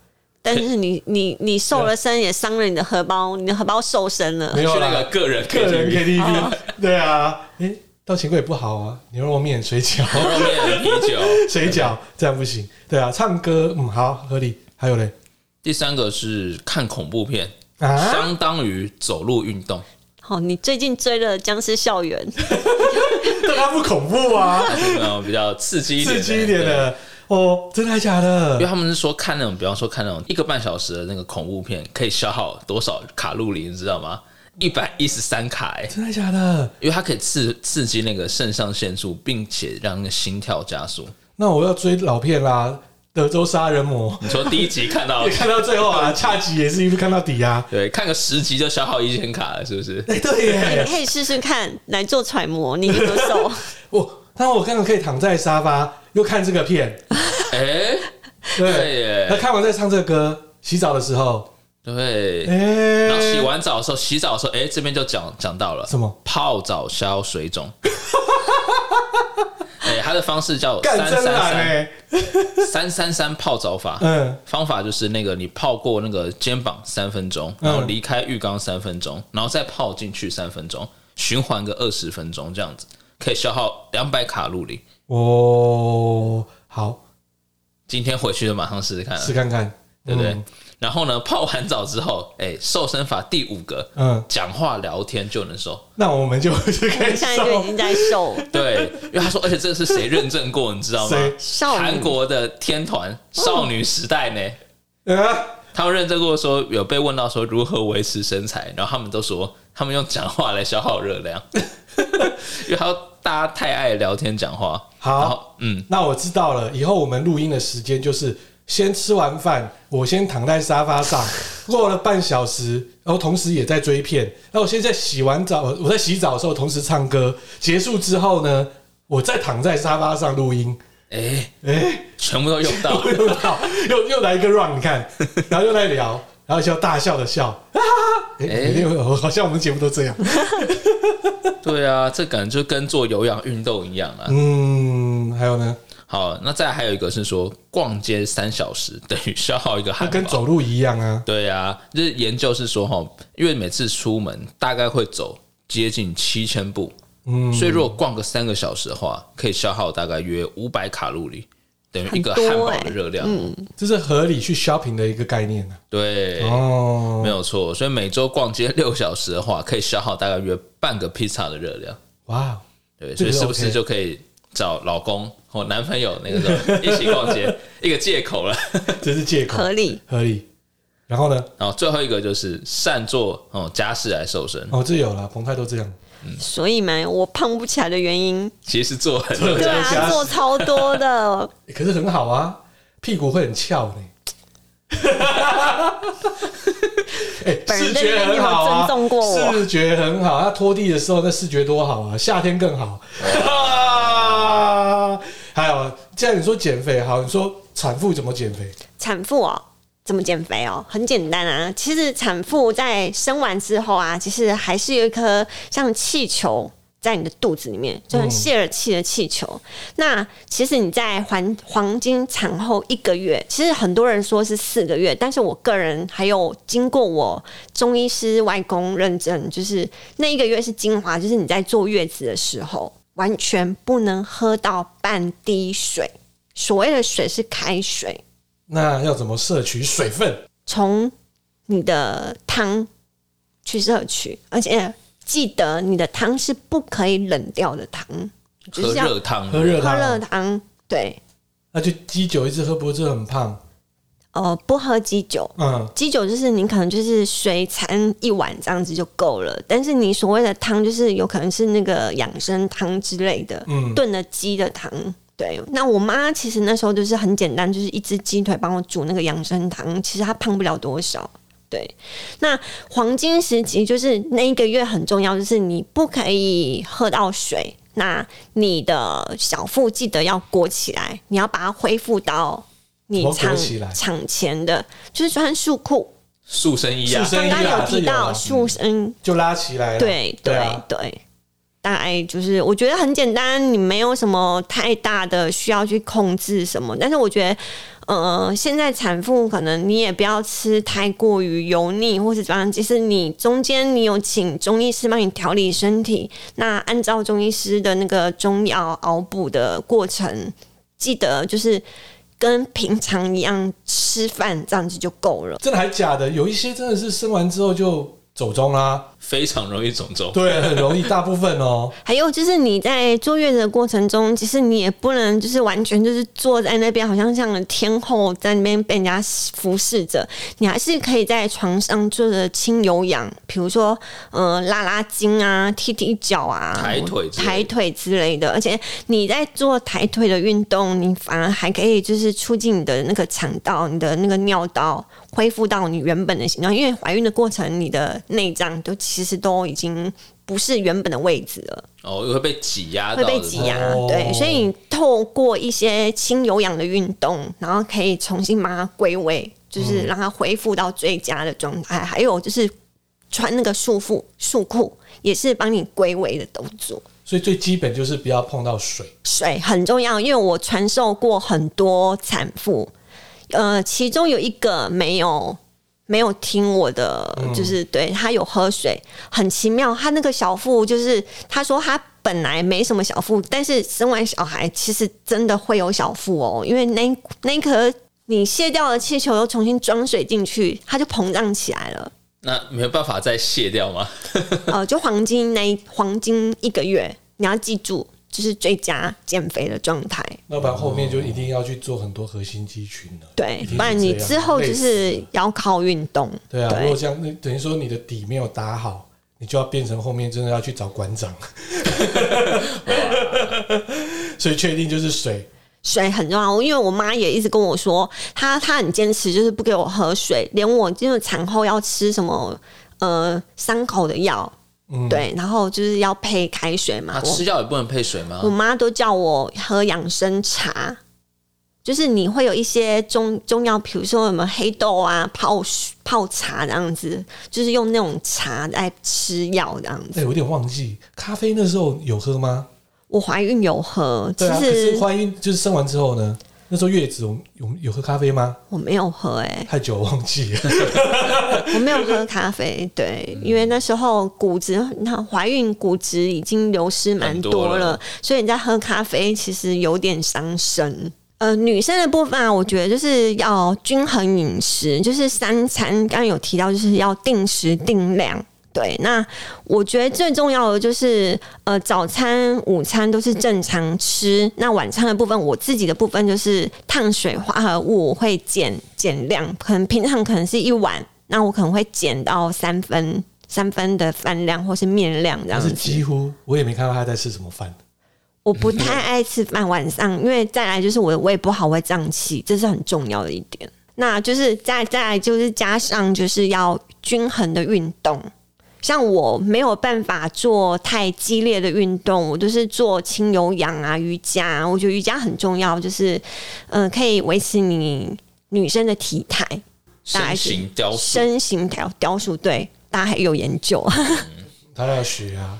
[SPEAKER 3] 但是你你你瘦
[SPEAKER 1] 啊
[SPEAKER 3] 了身，也伤了你的荷包，你的荷包瘦身了
[SPEAKER 1] 没。有
[SPEAKER 2] 哦去
[SPEAKER 1] 啦
[SPEAKER 2] 那个个人
[SPEAKER 1] 个人
[SPEAKER 2] KTV
[SPEAKER 3] 哦
[SPEAKER 1] KTV，对啊，诶，到钱柜也不好啊，牛肉面、水饺、
[SPEAKER 2] 牛肉面、啤酒、
[SPEAKER 1] 水饺这样不行，对啊，唱歌嗯好合理，还有嘞
[SPEAKER 2] 第三个是看恐怖片，
[SPEAKER 1] 啊，
[SPEAKER 2] 相当于走路运 动。
[SPEAKER 3] 好，你最近追了《僵尸校园》，
[SPEAKER 1] 这它不恐怖啊，
[SPEAKER 2] 嗯，比较刺激一点，
[SPEAKER 1] 刺激一点
[SPEAKER 2] 对。
[SPEAKER 1] 的哦，真的还假
[SPEAKER 2] 因为
[SPEAKER 1] 的？
[SPEAKER 2] 他们是说看那种，比方说看那种一个半小时的那个恐怖片，可以消耗多少卡路里，你知道吗？一百一十三卡、欸，
[SPEAKER 1] 真的假的？
[SPEAKER 2] 因为它可以刺刺激那个肾上腺素，并且让那个心跳加速。
[SPEAKER 1] 那我要追老片啦，《德州杀人魔
[SPEAKER 2] 你说第一集看》到
[SPEAKER 1] 也 看到最后啊，恰吉也是一路看到底啊。
[SPEAKER 2] 对，看个十集就消耗一千卡了，是 不是？
[SPEAKER 1] 哎、对 耶，
[SPEAKER 3] 可以试试看来做揣摩，你有多 瘦？
[SPEAKER 1] 我那哦我刚刚可以躺在沙发又看这个片，
[SPEAKER 2] 哎、对
[SPEAKER 1] 对
[SPEAKER 2] 耶，
[SPEAKER 1] 那看完再唱这个歌，洗澡的时候，
[SPEAKER 2] 对。
[SPEAKER 1] 哎、
[SPEAKER 2] 然后洗完澡的时候，洗澡的时候，哎、这边就讲讲到了
[SPEAKER 1] 什么？
[SPEAKER 2] 泡澡消水肿。哎、它的方式叫
[SPEAKER 1] 干
[SPEAKER 2] 三
[SPEAKER 1] 真
[SPEAKER 2] 三
[SPEAKER 1] 懒
[SPEAKER 2] 三
[SPEAKER 1] 哎，
[SPEAKER 2] 三三三泡澡法。
[SPEAKER 1] 嗯，
[SPEAKER 2] 方法就是那个你泡过那个肩膀三分钟，然后
[SPEAKER 1] 嗯
[SPEAKER 2] 离开浴缸三分钟，然后再泡进去三分钟，循环个二十分钟这样子，可以消耗两百卡路里。
[SPEAKER 1] 哦，好，
[SPEAKER 2] 今天回去就马上试试看了
[SPEAKER 1] 试，看看，
[SPEAKER 2] 对不对？
[SPEAKER 1] 嗯
[SPEAKER 2] 然后呢，泡完澡之后，哎，瘦身法第五个，
[SPEAKER 1] 嗯，
[SPEAKER 2] 讲话聊天就能瘦。
[SPEAKER 1] 那我们就去
[SPEAKER 3] 我
[SPEAKER 1] 看
[SPEAKER 3] 们现在就已
[SPEAKER 1] 瘦
[SPEAKER 3] 经在瘦，
[SPEAKER 2] 对，因为他说，而且这个是谁认证过，你知道吗？
[SPEAKER 1] 谁
[SPEAKER 3] 少
[SPEAKER 2] 韩
[SPEAKER 3] 女
[SPEAKER 2] 国的天团少女时代呢？
[SPEAKER 1] 啊，
[SPEAKER 2] 他们认证过说有被问到说如何维持身材，然后他们都说他们用讲话来消耗热量， 因为他大家太爱聊天讲话。
[SPEAKER 1] 好
[SPEAKER 2] 然后嗯，
[SPEAKER 1] 那我知道了，以后我们录音的时间就是先吃完饭，我先躺在沙发上，过了半小时，然后同时也在追片。那我现在洗完澡，我在洗澡的时候同时唱歌，结束之后呢，我再躺在沙发上录音。
[SPEAKER 2] 哎、
[SPEAKER 1] 哎、
[SPEAKER 2] 全部都用到，
[SPEAKER 1] 又到又又来一个 run，你看，然后又来聊，然后就大笑的笑，哈哈哈！哎、
[SPEAKER 2] 哎
[SPEAKER 1] 每天有好像我们节目都这样。
[SPEAKER 2] 对啊，这感觉就跟做有氧运动一样啊。
[SPEAKER 1] 嗯，还有呢，
[SPEAKER 2] 好，那再来还有一个是说逛街三小时等于消耗一个
[SPEAKER 1] 它
[SPEAKER 2] 汉堡，
[SPEAKER 1] 跟走路一样啊。
[SPEAKER 2] 对啊，就是研究是说哈，因为每次出门大概会走接近七千步，
[SPEAKER 1] 嗯
[SPEAKER 2] 所以如果逛个三个小时的话，可以消耗大概约五百卡路里，等于一个
[SPEAKER 3] 很多
[SPEAKER 2] 汉堡
[SPEAKER 3] 欸
[SPEAKER 2] 的热量。
[SPEAKER 1] 这是合理去 shopping 的一个概念啊。
[SPEAKER 2] 对，
[SPEAKER 1] 哦
[SPEAKER 2] 没，有错。所以每周逛街六小时的话，可以消耗大概约半个披萨的热量。
[SPEAKER 1] 哇，哦
[SPEAKER 2] 对，
[SPEAKER 1] 这
[SPEAKER 2] 所
[SPEAKER 1] 个
[SPEAKER 2] 以
[SPEAKER 1] OK
[SPEAKER 2] 是不是就可以找老公或男朋友那个时候一起逛街，一个借口了？
[SPEAKER 1] 这是借口，
[SPEAKER 3] 合理，
[SPEAKER 1] 合理。然后呢？
[SPEAKER 2] 然后最后一个就是善做哦家事来瘦身，
[SPEAKER 1] 哦，这有了，彭泰都这样。
[SPEAKER 3] 所以嘛，我胖不起来的原因，
[SPEAKER 2] 其实做很
[SPEAKER 1] 做
[SPEAKER 2] 多
[SPEAKER 1] 很
[SPEAKER 3] 对
[SPEAKER 1] 多家
[SPEAKER 3] 啊，
[SPEAKER 1] 事
[SPEAKER 3] 做超多的，
[SPEAKER 1] 欸可是很好啊，屁股会很翘呢。 哎、
[SPEAKER 3] 本人
[SPEAKER 1] 视觉很好啊，
[SPEAKER 3] 对你有尊重过我
[SPEAKER 1] 视觉很好。那拖地的时候，那视觉多好啊，夏天更好。 还有，啊既然你说减肥好，你说产妇怎么减肥？
[SPEAKER 3] 产妇哦，怎么减肥哦？很简单啊，其实产妇在生完之后啊，其实还是有一颗像气球。在你的肚子里面，就像泄了气的气球。那其实你在黄黄金产后一个月，其实很多人说是四个月，但是我个人还有经过我中医师外公认证，就是那一个月是精华，就是你在坐月子的时候，完全不能喝到半滴水。所谓的水是开水，
[SPEAKER 1] 那要怎么摄取水分？
[SPEAKER 3] 从你的汤去摄取，而且记得你的汤是不可以冷掉的汤，就
[SPEAKER 2] 喝
[SPEAKER 3] 是要
[SPEAKER 2] 热汤，
[SPEAKER 1] 喝热
[SPEAKER 3] 喝
[SPEAKER 1] 汤
[SPEAKER 3] 热
[SPEAKER 1] 啊，
[SPEAKER 3] 汤。对，
[SPEAKER 1] 那就鸡酒一直喝，不是很胖？
[SPEAKER 3] 呃，不喝鸡酒。
[SPEAKER 1] 嗯，
[SPEAKER 3] 鸡酒就是你可能就是水餐一碗这样子就够了，但是你所谓的汤就是有可能是那个养生汤之类的，
[SPEAKER 1] 嗯
[SPEAKER 3] 炖了鸡的汤。对，那我妈其实那时候就是很简单，就是一只鸡腿帮我煮那个养生汤，其实她胖不了多少。对，那黄金时期就是那一个月很重要，就是你不可以喝到水，那你的小腹记得要裹起来，你要把它恢复到你
[SPEAKER 1] 怎么裹
[SPEAKER 3] 产
[SPEAKER 1] 起来
[SPEAKER 3] 产前的，就是穿束裤。
[SPEAKER 2] 塑身衣啊
[SPEAKER 1] 塑，身
[SPEAKER 3] 刚
[SPEAKER 1] 衣啊
[SPEAKER 3] 刚有提
[SPEAKER 1] 这有
[SPEAKER 3] 到
[SPEAKER 1] 啊
[SPEAKER 3] 束身，
[SPEAKER 1] 就拉起来了。
[SPEAKER 3] 对
[SPEAKER 1] 对
[SPEAKER 3] 对
[SPEAKER 1] 啊
[SPEAKER 3] 对，大概就是我觉得很简单，你没有什么太大的需要去控制什么。但是我觉得，呃，现在产妇可能你也不要吃太过于油腻或是怎么样。其实你中间你有请中医师帮你调理身体，那按照中医师的那个中药熬补的过程，记得就是。跟平常一样吃饭，这样子就够了。
[SPEAKER 1] 真的还假的？有一些真的是生完之后就走中啦、
[SPEAKER 2] 非常容易肿胀。
[SPEAKER 1] 对，很容易，大部分 哦，
[SPEAKER 3] 还有就是你在坐月子的过程中，其实你也不能就是完全就是坐在那边，好像像天后在那边被人家服侍着，你还是可以在床上做着轻有氧，比如说呃拉拉筋啊、踢踢脚啊、
[SPEAKER 2] 抬腿之类的
[SPEAKER 3] 抬腿之类的。而且你在做抬腿的运动，你反而还可以就是促进你的那个肠道、你的那个尿道恢复到你原本的形状，因为怀孕的过程，你的内脏都其实都已经。不是原本的位置了，
[SPEAKER 2] 哦，会被挤压到
[SPEAKER 3] 会
[SPEAKER 2] 的，
[SPEAKER 3] 被挤压
[SPEAKER 1] 哦，
[SPEAKER 3] 对，所以你透过一些轻有氧的运动，然后可以重新把它归位，就是
[SPEAKER 2] 嗯
[SPEAKER 3] 让它恢复到最佳的状态。还有就是穿那个束缚束裤，也是帮你归位的动作。
[SPEAKER 1] 所以最基本就是不要碰到水。
[SPEAKER 3] 水很重要，因为我传授过很多产妇，呃，其中有一个没有没有听我的，就是对她有喝水，很奇妙。她那个小腹就是，她说她本来没什么小腹，但是生完小孩其实真的会有小腹哦，因为那那一颗你卸掉了气球，又重新装水进去，它就膨胀起来了。
[SPEAKER 2] 那没有办法再卸掉吗？
[SPEAKER 3] 呃，就黄金那一黄金一个月，你要记住，就是最佳减肥的状态。
[SPEAKER 1] 要不然后面就一定要去做很多核心肌群了。一
[SPEAKER 3] 对
[SPEAKER 1] 定，是
[SPEAKER 3] 不然你
[SPEAKER 1] 这样
[SPEAKER 3] 之后就
[SPEAKER 1] 累
[SPEAKER 3] 是
[SPEAKER 1] 死
[SPEAKER 3] 要靠运动。
[SPEAKER 1] 对啊，如果这样，那等于说你的底没有打好，你就要变成后面真的要去找馆 长。所以确定就是水，
[SPEAKER 3] 水很重要。因为我妈也一直跟我说，她她很坚持，就是不给我喝水，连我就是产后要吃什么呃伤口的药，
[SPEAKER 1] 嗯，
[SPEAKER 3] 对，然后就是要配开水嘛
[SPEAKER 2] 啊，。吃
[SPEAKER 3] 我
[SPEAKER 2] 药也不能配水吗
[SPEAKER 3] 我？妈都叫我喝养生茶。就是你会有一些中中药，比如说什么黑豆啊、泡水泡茶这样子，就是用那种茶来吃药这样
[SPEAKER 1] 哎、
[SPEAKER 3] 子。
[SPEAKER 1] 我有点忘记咖啡那时候有喝吗？
[SPEAKER 3] 我怀孕有喝，其
[SPEAKER 1] 对啊，可
[SPEAKER 3] 实
[SPEAKER 1] 是怀孕就是生完之后呢，那时候月子我们有有喝咖啡吗？
[SPEAKER 3] 我没有喝哎、
[SPEAKER 1] 太久忘记了。
[SPEAKER 3] 我没有喝咖 啡，对，因为那时候骨质，你看怀孕骨质已经流失蛮多
[SPEAKER 2] 很多
[SPEAKER 3] 了，
[SPEAKER 2] 了
[SPEAKER 3] 所以你在喝咖啡其实有点伤身。呃，女生的部分啊，我觉得就是要均衡饮食，就是三餐刚刚有提到，就是要定时定量。对，那我觉得最重要的就是，呃，早餐、午餐都是正常吃。那晚餐的部分，我自己的部分就是碳水化合物会减减量，可能平常可能是一碗，那我可能会减到三分三分的饭量或是面量这样
[SPEAKER 1] 但是
[SPEAKER 3] 子。
[SPEAKER 1] 几乎我也没看到他在吃什么饭。
[SPEAKER 3] 我不太爱吃饭，晚上因为再来就是我的胃不好，我会胀气，这是很重要的一点。那就是再再来就是加上就是要均衡的运动，像我没有办法做太激烈的运动，我就是做轻有氧啊、瑜伽啊。我觉得瑜伽很重要，就是嗯、呃可以维持你女生的体态、大
[SPEAKER 2] 身
[SPEAKER 3] 概是
[SPEAKER 2] 形雕塑，
[SPEAKER 3] 身形雕雕塑。对，大家还有研究。
[SPEAKER 1] 他要学 啊，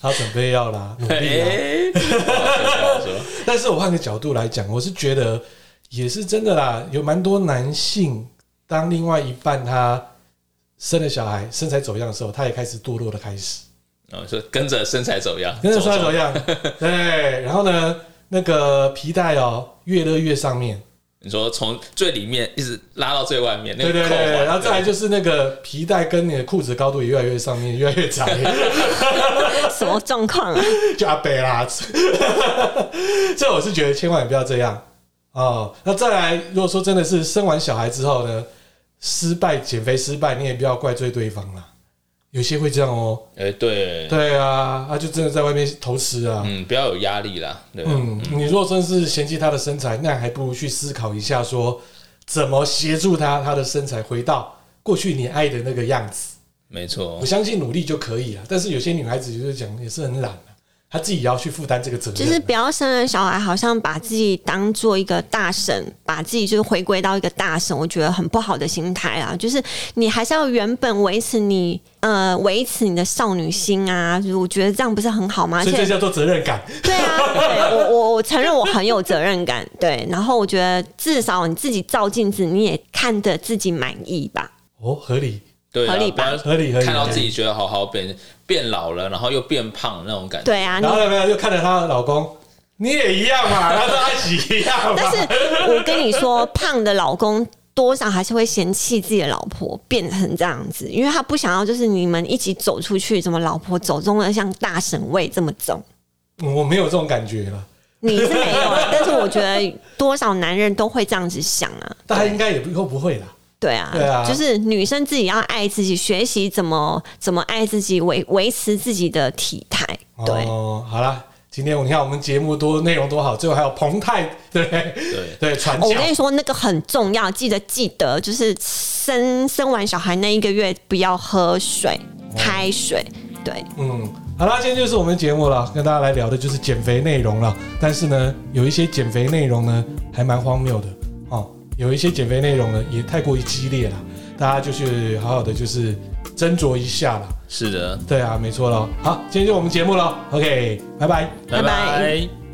[SPEAKER 1] 他准备要啦，努力啊。
[SPEAKER 2] 哎，好 好说
[SPEAKER 1] 但是我换个角度来讲，我是觉得也是真的啦，有蛮多男性当另外一半他生了小孩，身材走样的时候，他也开始堕落的开始，
[SPEAKER 2] 然后哦说跟着身材走样，
[SPEAKER 1] 跟着身材走
[SPEAKER 2] 走，
[SPEAKER 1] 样，对，然后呢，那个皮带哦、越勒越上面，
[SPEAKER 2] 你说从最里面一直拉到最外面，那
[SPEAKER 1] 对
[SPEAKER 2] 个
[SPEAKER 1] 对
[SPEAKER 2] 扣环
[SPEAKER 1] 对，然后再来就是那个皮带跟你的裤子高度也越来越上面，越来越窄，
[SPEAKER 3] 什么状况啊？
[SPEAKER 1] 就阿北啦。这我是觉得千万不要这样哦。那再来，如果说真的是生完小孩之后呢，失败减肥失败，你也不要怪罪对方啦。有些会这样哦，
[SPEAKER 2] 哎，对，
[SPEAKER 1] 对啊，他就真的在外面偷吃啊。
[SPEAKER 2] 嗯，不要有压力啦，对，
[SPEAKER 1] 嗯，你如果真是嫌弃他的身材，那还不如去思考一下说怎么协助他他的身材回到过去你爱的那个样子。
[SPEAKER 2] 没错
[SPEAKER 1] 我，相信努力就可以了，但是有些女孩子就是讲也是很懒啊，她自己也要去负担这个责任啊。
[SPEAKER 3] 就是不要生了小孩，好像把自己当做一个大神，把自己就是回归到一个大神，我觉得很不好的心态啊。就是你还是要原本维持你呃维持你的少女心啊，就是我觉得这样不是很好吗？而
[SPEAKER 1] 所以
[SPEAKER 3] 且
[SPEAKER 1] 这叫做责任感。
[SPEAKER 3] 对啊，对我我我承认我很有责任感，对。然后我觉得至少你自己照镜子，你也看得自己满意吧。
[SPEAKER 1] 哦，合理，
[SPEAKER 2] 对啊，
[SPEAKER 3] 合理
[SPEAKER 2] 不
[SPEAKER 3] 吧
[SPEAKER 2] 要
[SPEAKER 1] 合理，合理。
[SPEAKER 2] 看到
[SPEAKER 1] 合理
[SPEAKER 2] 自己觉得好好变变老了，然后又变胖那种感觉，
[SPEAKER 3] 对啊，你
[SPEAKER 1] 然后呢，没有就看着她的老公， 你也一样嘛，然后大家一起一样嘛。
[SPEAKER 3] 但是我跟你说，胖的老公多少还是会嫌弃自己的老婆变成这样子，因为他不想要就是你们一起走出去，怎么老婆走中了像大神位这么重。
[SPEAKER 1] 嗯我没有这种感觉了，
[SPEAKER 3] 你是没有啊，但是我觉得多少男人都会这样子想啊，
[SPEAKER 1] 大家应该也不都不会啦。
[SPEAKER 3] 对啊，
[SPEAKER 1] 对啊
[SPEAKER 3] 就是女生自己要爱自己，学习怎么怎么爱自己，维维持自己的体态。对，
[SPEAKER 1] 哦，好啦，今天我你看我们节目多内容多好，最后还有彭泰，对不对？
[SPEAKER 2] 对
[SPEAKER 1] 对，传
[SPEAKER 3] 哦我
[SPEAKER 1] 教
[SPEAKER 3] 跟你说，那个很重要，记得记得，就是生生完小孩那一个月不要喝水、
[SPEAKER 1] 哦
[SPEAKER 3] 开水。对，
[SPEAKER 1] 嗯，好啦，今天就是我们的节目了，跟大家来聊的就是减肥内容了。但是呢，有一些减肥内容呢，还蛮荒谬的哦。有一些减肥内容呢，也太过于激烈了，大家就是好好的就是斟酌一下啦。
[SPEAKER 2] 是的，
[SPEAKER 1] 对啊，没错了。好，今天就我们节目了。OK，拜拜。
[SPEAKER 2] 拜
[SPEAKER 3] 拜拜
[SPEAKER 2] 拜